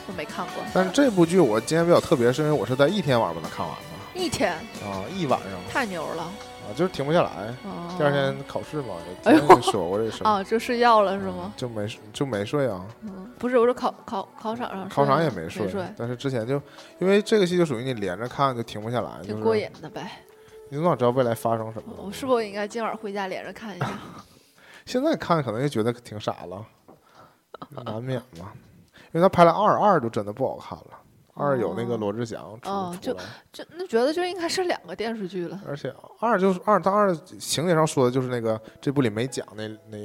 Speaker 4: 我没看过。
Speaker 2: 但是这部剧我今天比较特别，是因为我是在一天晚上把它看完的
Speaker 4: 一天
Speaker 2: 啊，一晚上
Speaker 4: 太牛了！
Speaker 2: 啊，就是停不下来。
Speaker 4: 哦
Speaker 2: 第二天考试嘛，也
Speaker 4: 哎呦
Speaker 2: 今天说过这事儿，
Speaker 4: 啊，就睡觉了是
Speaker 2: 嗯
Speaker 4: 吗？
Speaker 2: 就没就没睡啊。
Speaker 4: 嗯，不是，我说考考考场 上睡了，
Speaker 2: 考场也没
Speaker 4: 睡，
Speaker 2: 睡，但是之前就因为这个戏就属于你连着看就停不下来，就
Speaker 4: 挺
Speaker 2: 是
Speaker 4: 过瘾的呗。
Speaker 2: 你总想知道未来发生什么。
Speaker 4: 我是不是应该今晚回家连着看一下？
Speaker 2: 现在看可能就觉得挺傻了，难免嘛，因为他拍了二二就真的不好看了。二有那个罗志祥出
Speaker 4: 哦
Speaker 2: 出来，
Speaker 4: 就那觉得就应该是两个电视剧了。
Speaker 2: 而且二就是二，他二情节上说的就是那个这部里没讲那那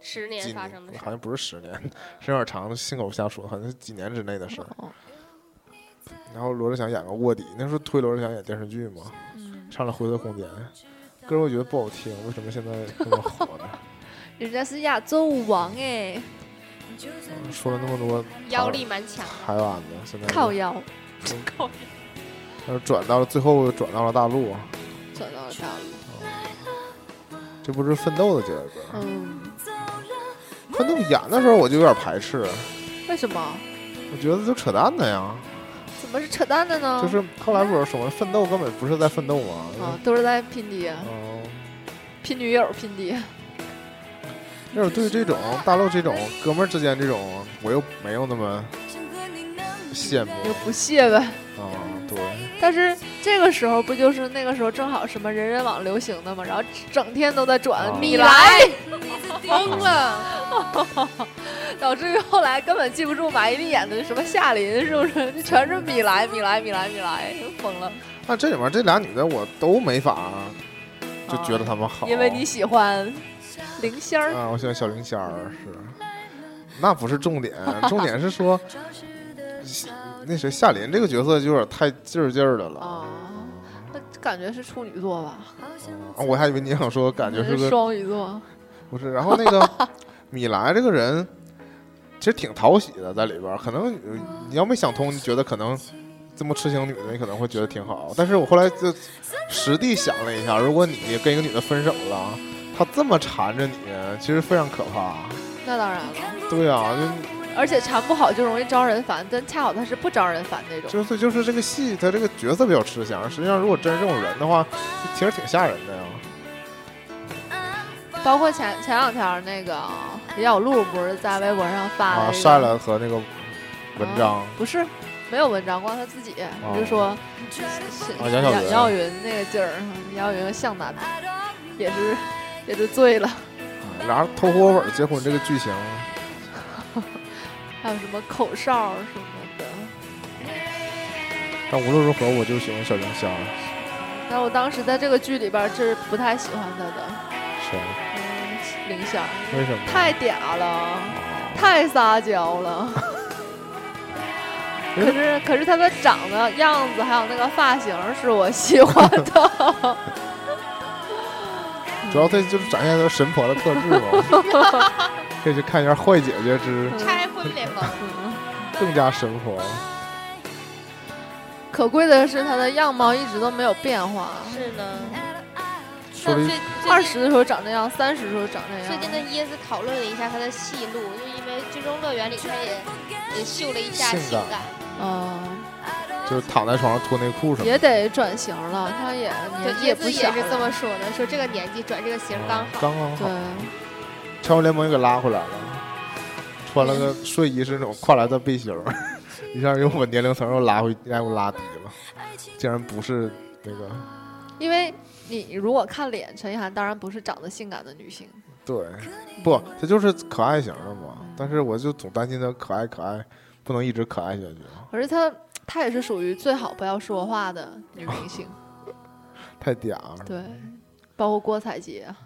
Speaker 3: 十
Speaker 2: 几
Speaker 3: 年发
Speaker 2: 年
Speaker 3: 生的事，
Speaker 2: 好像不是十年，是有点长，信口瞎说，好像是几年之内的事儿。
Speaker 4: 哦，
Speaker 2: 然后罗志祥演个卧底，那时候推罗志祥演电视剧嘛，
Speaker 4: 嗯，
Speaker 2: 唱了《灰色空间》，歌儿我觉得不好听，为什么现在这么火呢？
Speaker 4: 人家是亚洲舞王哎，
Speaker 2: 嗯说了那么多
Speaker 3: 腰力蛮强。
Speaker 2: 台湾的，现在
Speaker 4: 靠腰
Speaker 2: 要是转到了最后转到了大陆，啊
Speaker 4: 转到了大陆。
Speaker 2: 这不是奋斗的结果。
Speaker 4: 嗯，
Speaker 2: 奋斗演的时候我就有点排斥，
Speaker 4: 为什么？
Speaker 2: 我觉得就扯淡的呀。
Speaker 4: 怎么是扯淡的呢？
Speaker 2: 就是后来不是说奋斗根本不是在奋斗嘛，
Speaker 4: 啊，都是在拼爹、
Speaker 2: 嗯，
Speaker 4: 拼女友、拼爹。
Speaker 2: 就是对这种大陆这种哥们儿之间这种，我又没有那么羡慕
Speaker 4: 就不屑呗。
Speaker 2: 啊、对，
Speaker 4: 但是这个时候不就是那个时候正好什么人人网流行的嘛，然后整天都在转
Speaker 2: 啊
Speaker 4: 米莱，
Speaker 2: 嗯
Speaker 3: 疯了，
Speaker 4: 导致于后来根本记不住马伊琍演的什么夏琳，是不是？全是米莱，米莱，米莱，米莱，疯了。
Speaker 2: 那这里面这俩女的我都没法就觉得他们好。
Speaker 4: 啊因为你喜欢林仙儿，
Speaker 2: 啊，我喜欢小林仙儿是， 那不是重点，重点是 说那谁夏琳这个角色就有点太劲儿劲儿的了。
Speaker 4: 哦，那感觉是处女座吧？
Speaker 2: 啊我还以为你想说感觉是个
Speaker 4: 双鱼座，
Speaker 2: 不是，然后那 个米莱这个人其实挺讨喜的，在里边儿可能呃你要没想通，你觉得可能这么痴情女的，你可能会觉得挺好。但是我后来就实地想了一下，如果你跟一个女的分手了，她这么缠着你，其实非常可怕。
Speaker 4: 那当然了，
Speaker 2: 对啊，就
Speaker 4: 而且缠不好就容易招人烦，但恰好他是不招人烦那种。
Speaker 2: 就是就是这个戏，他这个角色比较吃香。实际上，如果真是这种人的话，其实挺吓人的呀。
Speaker 4: 包括前前两天那个李小璐不是在微博上发了
Speaker 2: 啊，
Speaker 4: 一个
Speaker 2: 晒了和那个文章
Speaker 4: 啊不是没有文章，光他自己就说是
Speaker 2: 啊杨晓
Speaker 4: 杨
Speaker 2: 云
Speaker 4: 耀云那个劲儿，杨耀云和向南也是也是醉了，
Speaker 2: 啊俩人偷火吻结婚这个剧情，
Speaker 4: 还有什么口哨什么的。
Speaker 2: 但无论如何，我就喜欢小凌霄。
Speaker 4: 但我当时在这个剧里边儿是不太喜欢他的，
Speaker 2: 是
Speaker 4: 嗯，林湘
Speaker 2: 为什么？
Speaker 4: 太嗲了，太撒 娇了。可是可是他的长得样子还有那个发型是我喜欢的，
Speaker 2: 主要他
Speaker 4: 嗯
Speaker 2: 就是展现他神婆的特质嘛。 可以去看一下《坏姐姐之
Speaker 5: 拆婚联盟，
Speaker 2: 更加神婆》。
Speaker 4: 嗯可贵的是他的样貌一直都没有变化。
Speaker 5: 是呢。
Speaker 2: 说
Speaker 5: 那
Speaker 2: 哎了
Speaker 5: 最
Speaker 2: 一
Speaker 5: 最
Speaker 4: 二
Speaker 5: 近
Speaker 4: 十的时候长这样，三十的时候长这样。
Speaker 5: 最近跟椰子讨论了一下他的戏路，就因为《最终乐园》里他也也秀了一下
Speaker 2: 性
Speaker 5: 性
Speaker 2: 感
Speaker 5: 感，
Speaker 4: 嗯，
Speaker 2: 就是躺在床上脱内裤什么
Speaker 4: 也
Speaker 2: 的。
Speaker 4: 得转型了，他也
Speaker 5: 对
Speaker 4: 年纪
Speaker 5: 椰
Speaker 4: 不
Speaker 5: 子也
Speaker 4: 小了
Speaker 5: 是这么说的，说这个年纪转这个型刚好。
Speaker 2: 嗯刚刚
Speaker 4: 对
Speaker 2: 好，，超人联盟又给拉回来了，穿了个
Speaker 4: 嗯
Speaker 2: 睡衣是那种跨栏的背心儿， 一下又把年龄层又拉回，又拉低了，竟然不是那个
Speaker 4: 因为你如果看脸，陈意涵当然不是长得性感的女性，
Speaker 2: 对，不，他就是可爱型的嘛。但是我就总担心他可爱可爱，不能一直可爱下去，
Speaker 4: 可是她她也是属于最好不要说话的女明星，
Speaker 2: 太嗲了。
Speaker 4: 对，包括郭采洁，啊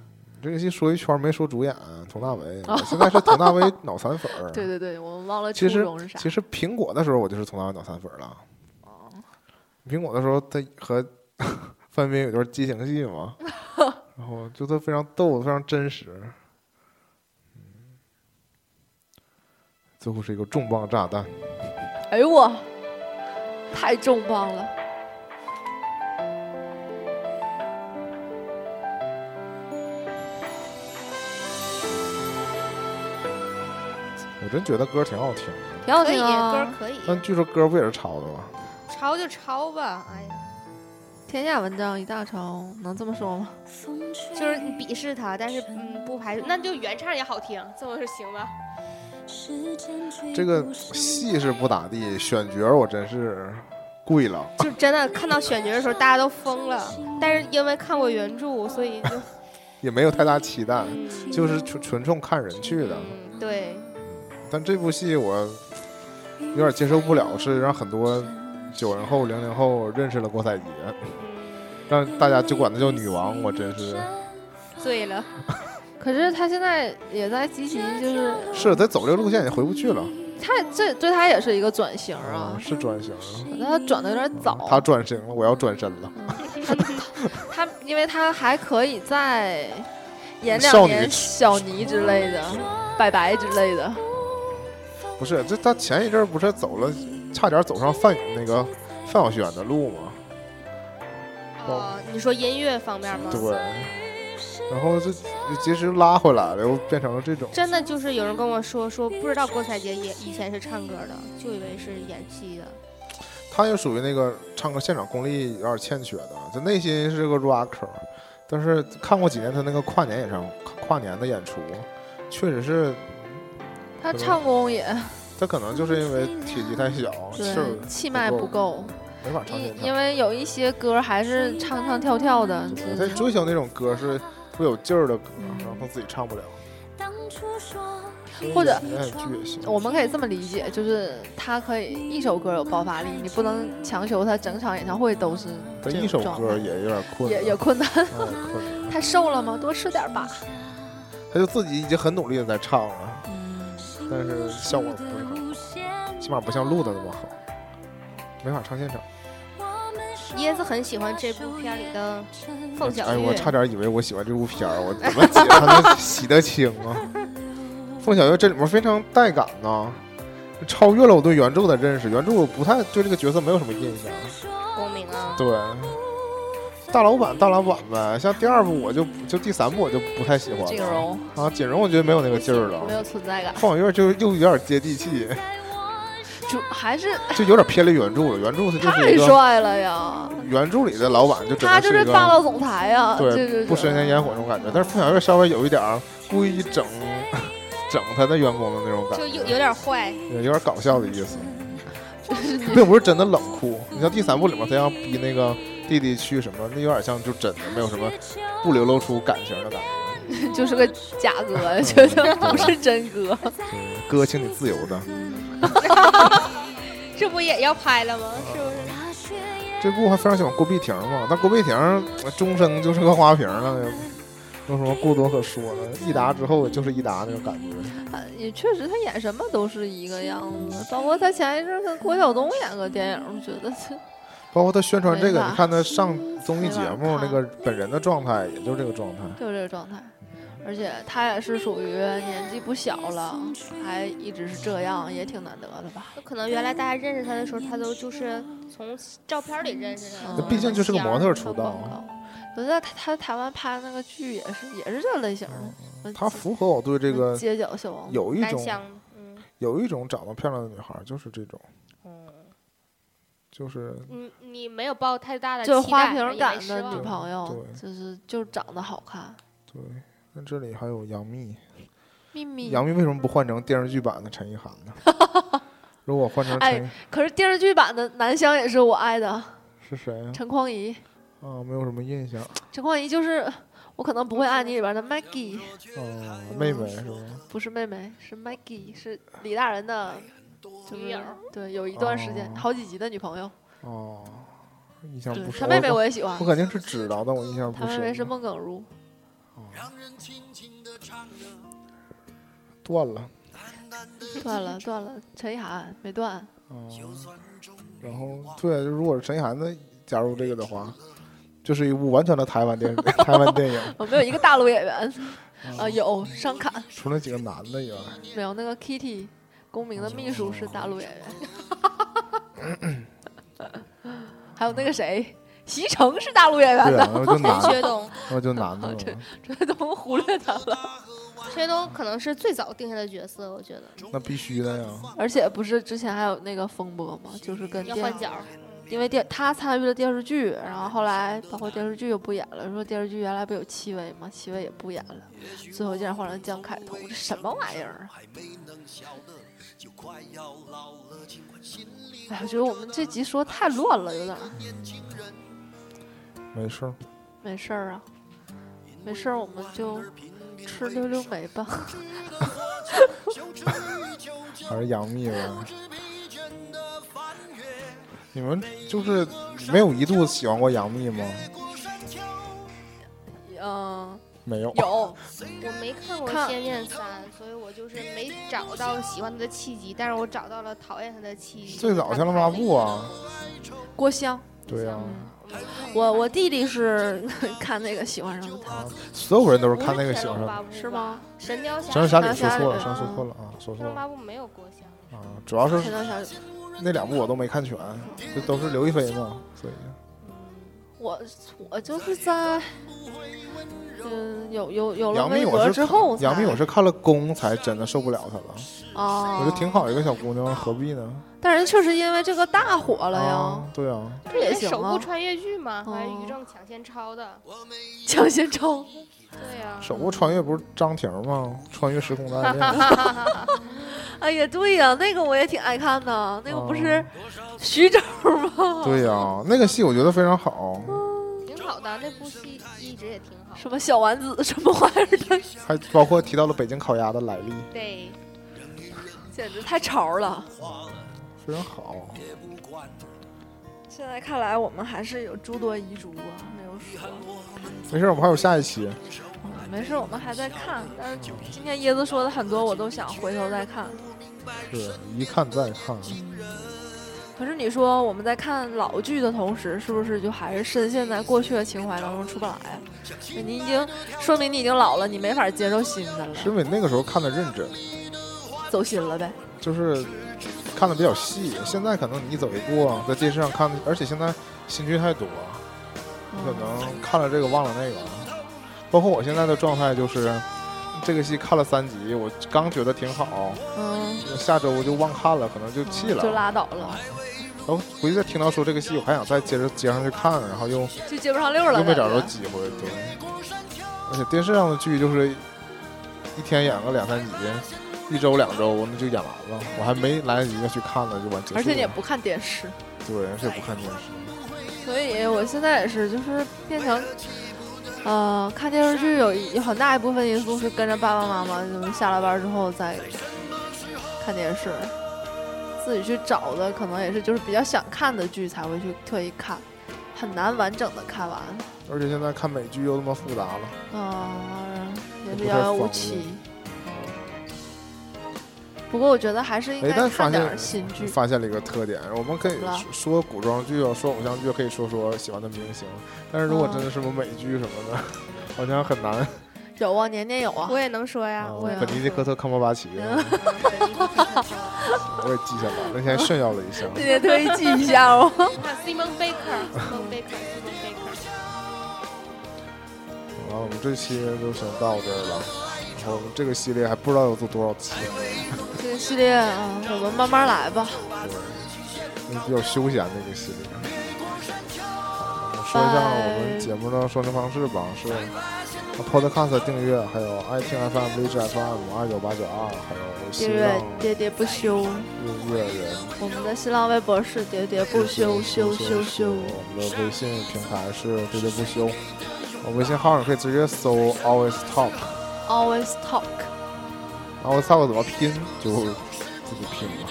Speaker 2: 这个戏说一圈没说主演佟大 为，我现在是佟大为脑残粉儿。
Speaker 4: 对对对，我们忘了初
Speaker 2: 其实
Speaker 4: 衷是啥
Speaker 2: 其，实苹果的时候我就是佟大为脑残粉儿了。
Speaker 4: 哦
Speaker 2: 苹果的时候他和 范冰冰有段激情戏 嘛，然后就他非常逗，非常真实。嗯，最后是一个重磅炸弹。
Speaker 4: 哎呦我，太重磅了，
Speaker 2: 我真觉得歌挺好听的，
Speaker 4: 挺好
Speaker 5: 可以，
Speaker 4: 听
Speaker 5: 歌
Speaker 4: 啊。
Speaker 5: 可以，
Speaker 2: 但据说歌不也是抄的吗？
Speaker 5: 抄就抄吧，哎呀，
Speaker 4: 天下文章一大抄，能这么说 吗？
Speaker 5: 就是鄙视他，但是嗯不排除，那就原唱也好听，这么行吧？
Speaker 2: 这个戏是不咋地，选角我真是跪了。
Speaker 5: 就真的看到选角的时候大家都疯了，
Speaker 2: 嗯
Speaker 5: 但是因为看过原著，所以就
Speaker 2: 也没有太大期待，
Speaker 5: 嗯
Speaker 2: 就是纯纯冲看人去的。
Speaker 5: 嗯对，
Speaker 2: 但这部戏我有点接受不了，是让很多九零后、零零后认识了郭采洁，
Speaker 4: 嗯
Speaker 2: 让大家就管她叫女王，我真是
Speaker 5: 醉了，
Speaker 4: 可是她现在也在积极，就是
Speaker 2: 是她走这个路线也回不去了嗯
Speaker 4: 她这对她也是一个转型啊，
Speaker 2: 是转型了，
Speaker 4: 但她转的有点早。
Speaker 2: 她转型了，我要转身了。
Speaker 4: 嗯 他，因为他还可以再演
Speaker 2: 少
Speaker 4: 两
Speaker 2: 女
Speaker 4: 年小尼之类的、拜拜之类的。
Speaker 2: 不是，这她前一阵儿不是走了，差点走上范那个范晓萱的路吗？
Speaker 5: 哦，你说音乐方面吗？
Speaker 2: 对，然后这及时拉回来了，又变成了这种。
Speaker 5: 真的就是有人跟我说说，不知道郭采洁也以前是唱歌的，就以为是演戏的。
Speaker 2: 他也属于那个唱歌现场功力有点欠缺的，他内心是个 rocker，但是看过几年他那个跨年演唱跨年的演出，确实是
Speaker 4: 他
Speaker 2: 对
Speaker 4: 唱功也
Speaker 2: 他可能就是因为体积太小，气儿
Speaker 4: 对，气脉
Speaker 2: 不
Speaker 4: 不够，
Speaker 2: 没法唱现
Speaker 4: 因因
Speaker 2: 场。
Speaker 4: 为有一些歌还是唱唱跳跳的，
Speaker 2: 对他追求那种歌是会有劲儿的歌，然后他自己唱不了，
Speaker 4: 或者
Speaker 2: 演演哎剧也行。
Speaker 4: 我们可以这么理解，就是他可以一首歌有爆发力，你不能强求他整场演唱会都是
Speaker 2: 但
Speaker 4: 这
Speaker 2: 一
Speaker 4: 种
Speaker 2: 首
Speaker 4: 状
Speaker 2: 歌
Speaker 4: 态，
Speaker 2: 也有点困
Speaker 4: 也
Speaker 2: 难，
Speaker 4: 也困难。
Speaker 2: 哎困难。
Speaker 4: 太瘦了吗？多吃点吧。
Speaker 2: 他就自己已经很努力的在唱了，
Speaker 4: 嗯，
Speaker 2: 但是效果不是很好，起码不像录的那么好，没法唱现场。
Speaker 5: 椰子很喜欢这部片里的凤小
Speaker 2: 哎，
Speaker 5: 岳，
Speaker 2: 我差点以为我喜欢这部片儿，我怎 么解它能洗得清啊？凤小岳这里面非常带感呐、超越了我对原著的认识。原著我不太对这个角色没有什么印象。
Speaker 5: 聪明啊，
Speaker 2: 对，大老板大老板呗。像第二部我就就第三部我就不太喜欢
Speaker 4: 锦
Speaker 2: 了
Speaker 4: 荣
Speaker 2: 啊。锦荣我觉得没有那个劲儿
Speaker 4: 没
Speaker 2: 了。
Speaker 4: 有存在感，
Speaker 2: 凤小岳就又有点接地气，
Speaker 4: 主还是
Speaker 2: 就有点偏离原著了。原著他就是
Speaker 4: 太
Speaker 2: 一个
Speaker 4: 帅了呀！
Speaker 2: 原著里的老板就只
Speaker 4: 他
Speaker 2: 能
Speaker 4: 就是
Speaker 2: 一
Speaker 4: 是
Speaker 2: 个
Speaker 4: 霸道总裁啊呀，对
Speaker 2: 对
Speaker 4: 对
Speaker 2: 不食人间烟火那种感觉。但是凤小岳稍微有一点儿故意整 整他的员工的那种感
Speaker 5: 就
Speaker 2: 觉，
Speaker 5: 有有点坏，
Speaker 2: 有有点搞笑的意思， 并不是真的冷酷。你像第三部里面，他要逼那个弟弟去什么，那有点像就真的没有什么不流露出感情的感觉。
Speaker 4: 就是个假哥，觉得 不是真哥。
Speaker 2: 就是哥，请你自由的。
Speaker 5: 这不也要拍了吗？是不是？
Speaker 2: 这部还非常喜欢郭碧婷嘛，但郭碧婷呃终生就是个花瓶了，有什么过多可说的？一达之后就是一达那种感觉。
Speaker 4: 啊也确实，他演什么都是一个样子，包括他前一阵儿跟郭晓东演个电影，我觉得这
Speaker 2: 包括他宣传这
Speaker 4: 没
Speaker 2: 个，
Speaker 4: 法
Speaker 2: 你看他上综艺节
Speaker 4: 没
Speaker 2: 目
Speaker 4: 法
Speaker 2: 那
Speaker 4: 看
Speaker 2: 个本人的状态，也就是这个状态。
Speaker 4: 就是这个状态。而且他也是属于年纪不小了，还一直是这样，也挺难得的吧？
Speaker 5: 可能原来大家认识他的时候，他都就是从照片里认识他
Speaker 4: 那
Speaker 5: 的，
Speaker 4: 毕
Speaker 2: 竟就是个模特儿出
Speaker 4: 广
Speaker 2: 道
Speaker 4: 告，我觉得他他台湾拍那个剧也是也是这类型的，
Speaker 2: 嗯他符合我对这个
Speaker 4: 街角小王子，
Speaker 2: 有一
Speaker 5: 单
Speaker 2: 种
Speaker 5: 相，嗯
Speaker 2: 有一种长得漂亮的女孩，就是这种，
Speaker 5: 嗯，
Speaker 2: 就是
Speaker 5: 你嗯你没有抱太大的
Speaker 4: 就是
Speaker 5: 期
Speaker 4: 花
Speaker 5: 待也
Speaker 4: 瓶
Speaker 5: 没
Speaker 4: 感
Speaker 5: 失
Speaker 4: 的
Speaker 5: 望
Speaker 4: 女朋友，
Speaker 2: 对
Speaker 4: 就是就长得好看。
Speaker 2: 对。那这里还有杨幂，
Speaker 4: 秘密，
Speaker 2: 杨幂为什么不换成电视剧版的陈意涵 呢？如果换成陈意
Speaker 4: 可是电视剧版的南湘也是我爱的
Speaker 2: 是谁呀？
Speaker 4: 陈匡怡。
Speaker 2: 啊，没有什么印象。
Speaker 4: 陈匡怡就是我可能不会爱你里边的 Maggie，
Speaker 2: 啊，妹妹是吧？
Speaker 4: 不是妹妹，是 Maggie，是李大人的
Speaker 5: 女友。
Speaker 4: 对，有一段时间、
Speaker 2: 哦
Speaker 4: 好几集的女朋友。
Speaker 2: 哦，印象
Speaker 4: 对
Speaker 2: 不，深。嗯
Speaker 4: 他妹妹
Speaker 2: 我
Speaker 4: 我也喜欢
Speaker 2: 我，肯定是知道，但我印象
Speaker 4: 他
Speaker 2: 不
Speaker 4: 妹妹
Speaker 2: 深。
Speaker 4: 是孟耿如。
Speaker 2: 哦断了。
Speaker 4: 断 了，断了，陈意涵没断。
Speaker 2: 哦，然后对，如果是陈意涵的加入这个的话，就是一部完全的台湾电影， 台湾电影，
Speaker 4: 我没有一个大陆 演员，啊，有商侃，
Speaker 2: 除了几个男的以外，
Speaker 4: 没有那个 Kitty，公明的秘书是大陆演员， 还有那个谁，席城是大陆演员
Speaker 2: 对
Speaker 4: 的，
Speaker 2: 啊，那就 男，
Speaker 5: 薛东，
Speaker 2: 那就男的了。
Speaker 4: 这都忽略他了。
Speaker 5: 薛东可能是最早定下的角色，我觉得
Speaker 2: 那必须的呀，
Speaker 4: 而且不是之前还有那个风波吗？就是跟
Speaker 5: 要
Speaker 4: 电
Speaker 5: 换角儿，
Speaker 4: 因为电他参与了电视剧，然后后来包括电视剧又不演了，说电视剧原来不有戚薇吗？戚薇也不演了，最后竟然换成江凯彤，这什么玩意儿啊！哎，我觉得我们这集说太乱了，有点儿
Speaker 2: 没事儿。
Speaker 4: 没事儿啊，没事儿，我们就吃溜溜梅吧。
Speaker 2: 还是杨幂吧。你们就是没有一度喜欢过杨幂吗？
Speaker 4: 嗯，
Speaker 2: 没有，
Speaker 4: 有
Speaker 5: 我没看过
Speaker 4: 看
Speaker 5: 《仙剑三》，所以我就是没找到喜欢他的契机，但是我找到了讨厌他的契机。
Speaker 2: 最早像拉布布啊，
Speaker 4: 郭襄，
Speaker 2: 对啊呀、
Speaker 4: 我我弟弟是 看那个喜欢上了他，
Speaker 2: 所有人都是
Speaker 5: 不
Speaker 2: 看那个
Speaker 5: 天
Speaker 2: 喜欢
Speaker 5: 龙
Speaker 2: 上。
Speaker 5: 八部
Speaker 4: 是
Speaker 5: 吧
Speaker 4: 吗？
Speaker 5: 《神雕侠
Speaker 2: 神雕
Speaker 5: 侣》
Speaker 2: 侠侣
Speaker 4: 神
Speaker 2: 说
Speaker 4: 雕
Speaker 2: 错
Speaker 4: 侠侣
Speaker 2: 了，说
Speaker 4: 嗯
Speaker 2: 错了啊，说
Speaker 5: 《神
Speaker 2: 错
Speaker 5: 雕
Speaker 2: 了
Speaker 5: 八部》没有郭襄，
Speaker 2: 啊，主要是
Speaker 4: 陈道小姐。
Speaker 2: 那两部我都没看全，这都是刘亦菲嘛，所以
Speaker 4: 我我就是在，嗯，有有有了
Speaker 2: 杨幂
Speaker 4: 微
Speaker 2: 我
Speaker 4: 博
Speaker 2: 是
Speaker 4: 之后才，
Speaker 2: 杨幂我是看了宫才真的受不了她了，
Speaker 4: 啊，
Speaker 2: 我觉得挺好一个小姑娘，何必呢？
Speaker 4: 但是确实因为这个大火了呀
Speaker 2: 啊，，对啊，
Speaker 4: 这也行
Speaker 5: 首部
Speaker 4: 啊，
Speaker 5: 穿越剧嘛，好像
Speaker 4: 哦
Speaker 5: 于正抢先抄的。
Speaker 4: 抢先抽，
Speaker 5: 对呀、
Speaker 2: 首部穿越不是张婷吗？穿越时空的爱 恋，
Speaker 4: 哎呀，对呀，那个我也挺爱看的，那个不是
Speaker 2: 哦
Speaker 4: 徐州吗？
Speaker 2: 对呀、那个戏我觉得非常好，
Speaker 5: 挺好的，那部戏一直也挺好。
Speaker 4: 什么小丸子什么玩意儿的，
Speaker 2: 还包括提到了北京烤鸭的来历，
Speaker 5: 对，
Speaker 4: 简直太潮了。
Speaker 2: 非常好。
Speaker 4: 现在看来，我们还是有诸多遗嘱啊，没有说。
Speaker 2: 没事儿，我们还有下一期。
Speaker 4: 嗯没事，我们还在看，但是今天椰子说的很多，我都想回头再看。
Speaker 2: 是一看再看，
Speaker 4: 可是你说我们在看老剧的同时，是不是就还是深陷在过去的情怀当中出不来啊？你已经说明你已经老了，你没法接受新的了，
Speaker 2: 是因为那个时候看的认真，
Speaker 4: 走心了呗。
Speaker 2: 就是看的比较细。现在可能你走一步啊在电视上看，而且现在新剧太多了，你
Speaker 4: 嗯
Speaker 2: 可能看了这个忘了那个。包括我现在的状态就是，这个戏看了三集，我刚觉得挺好，
Speaker 4: 嗯，
Speaker 2: 下周我就忘看了，可能就弃了。
Speaker 4: 就拉倒了，
Speaker 2: 然后回去再听到说这个戏，我还想再接着接上去看，然后又
Speaker 4: 就接不上溜了。
Speaker 2: 又没找着
Speaker 4: 感觉
Speaker 2: 机会，对。而且电视上的剧就是一天演个两三集，一周两周那就演完了，我还没来得及去看呢，就完结束了。
Speaker 4: 而且你也不看电视，
Speaker 2: 对，而且不看电视，
Speaker 4: 所以我现在也是，就是变成，呃，看电视剧有一有很大一部分因素是跟着爸爸妈妈，就是下了班之后再看电视，自己去找的可能也是就是比较想看的剧才会去特意看，很难完整的看完，
Speaker 2: 而且现在看美剧又那么复杂了。
Speaker 4: 嗯、也
Speaker 2: 不
Speaker 4: 比
Speaker 2: 太方
Speaker 4: 较无
Speaker 2: 便
Speaker 4: 期。不过我觉得还是应
Speaker 2: 哎，
Speaker 4: 该
Speaker 2: 但
Speaker 4: 看
Speaker 2: 发
Speaker 4: 点儿
Speaker 2: 现
Speaker 4: 新剧。
Speaker 2: 发现了一个特点，我们可以
Speaker 4: 怎么了
Speaker 2: 说说古装剧啊，说偶像剧，可以说说喜欢的明星，但是如果
Speaker 4: 嗯
Speaker 2: 真的什么美剧什么的，好像很难。
Speaker 4: 有啊，年年有啊。
Speaker 6: 我也能说呀，我也
Speaker 2: 本尼迪克特·康伯巴奇，
Speaker 5: 嗯
Speaker 2: 我也记下来了，那天炫耀了一下。
Speaker 4: 你得特意记一下哦。
Speaker 3: 看 Simon Baker，Simon Baker，Simon Baker，
Speaker 2: 然后我们这期就先到这儿了，然后我们这个系列还不知道要做多少期，
Speaker 4: 这个系列啊，我们慢慢来吧。
Speaker 2: 对，因为比较休闲的一个系列。好我们说一下我们节目的收听方式吧，是 Podcast 订阅，还有 iTunes FM、荔枝 FM 二九八九二，还有
Speaker 4: 订
Speaker 2: 新
Speaker 4: 阅
Speaker 2: 浪
Speaker 4: 喋喋不休，
Speaker 2: 音乐人。
Speaker 4: 我们的新浪微博是喋喋不休休休休。
Speaker 2: 我们的微信平台是喋喋不休，我微信号你可以直接搜 always talk，always
Speaker 4: Always talk。
Speaker 2: talk 怎么拼就自己拼吧。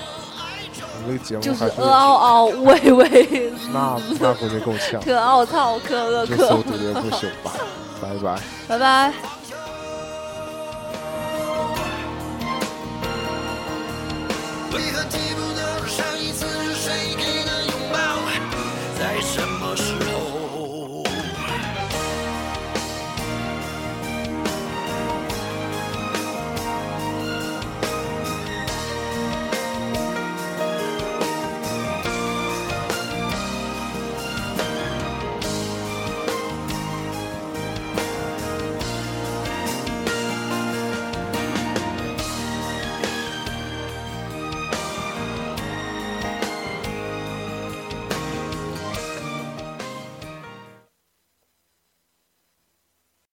Speaker 2: 我们这个节
Speaker 4: 就
Speaker 2: 目
Speaker 4: 是
Speaker 2: 还是
Speaker 4: 呃嗷嗷喂喂，
Speaker 2: 那那估计够呛，
Speaker 4: 可奥操可乐
Speaker 2: 就搜
Speaker 4: 可，
Speaker 2: 喋喋不休吧，拜拜。
Speaker 4: 拜拜。
Speaker 7: 为何记不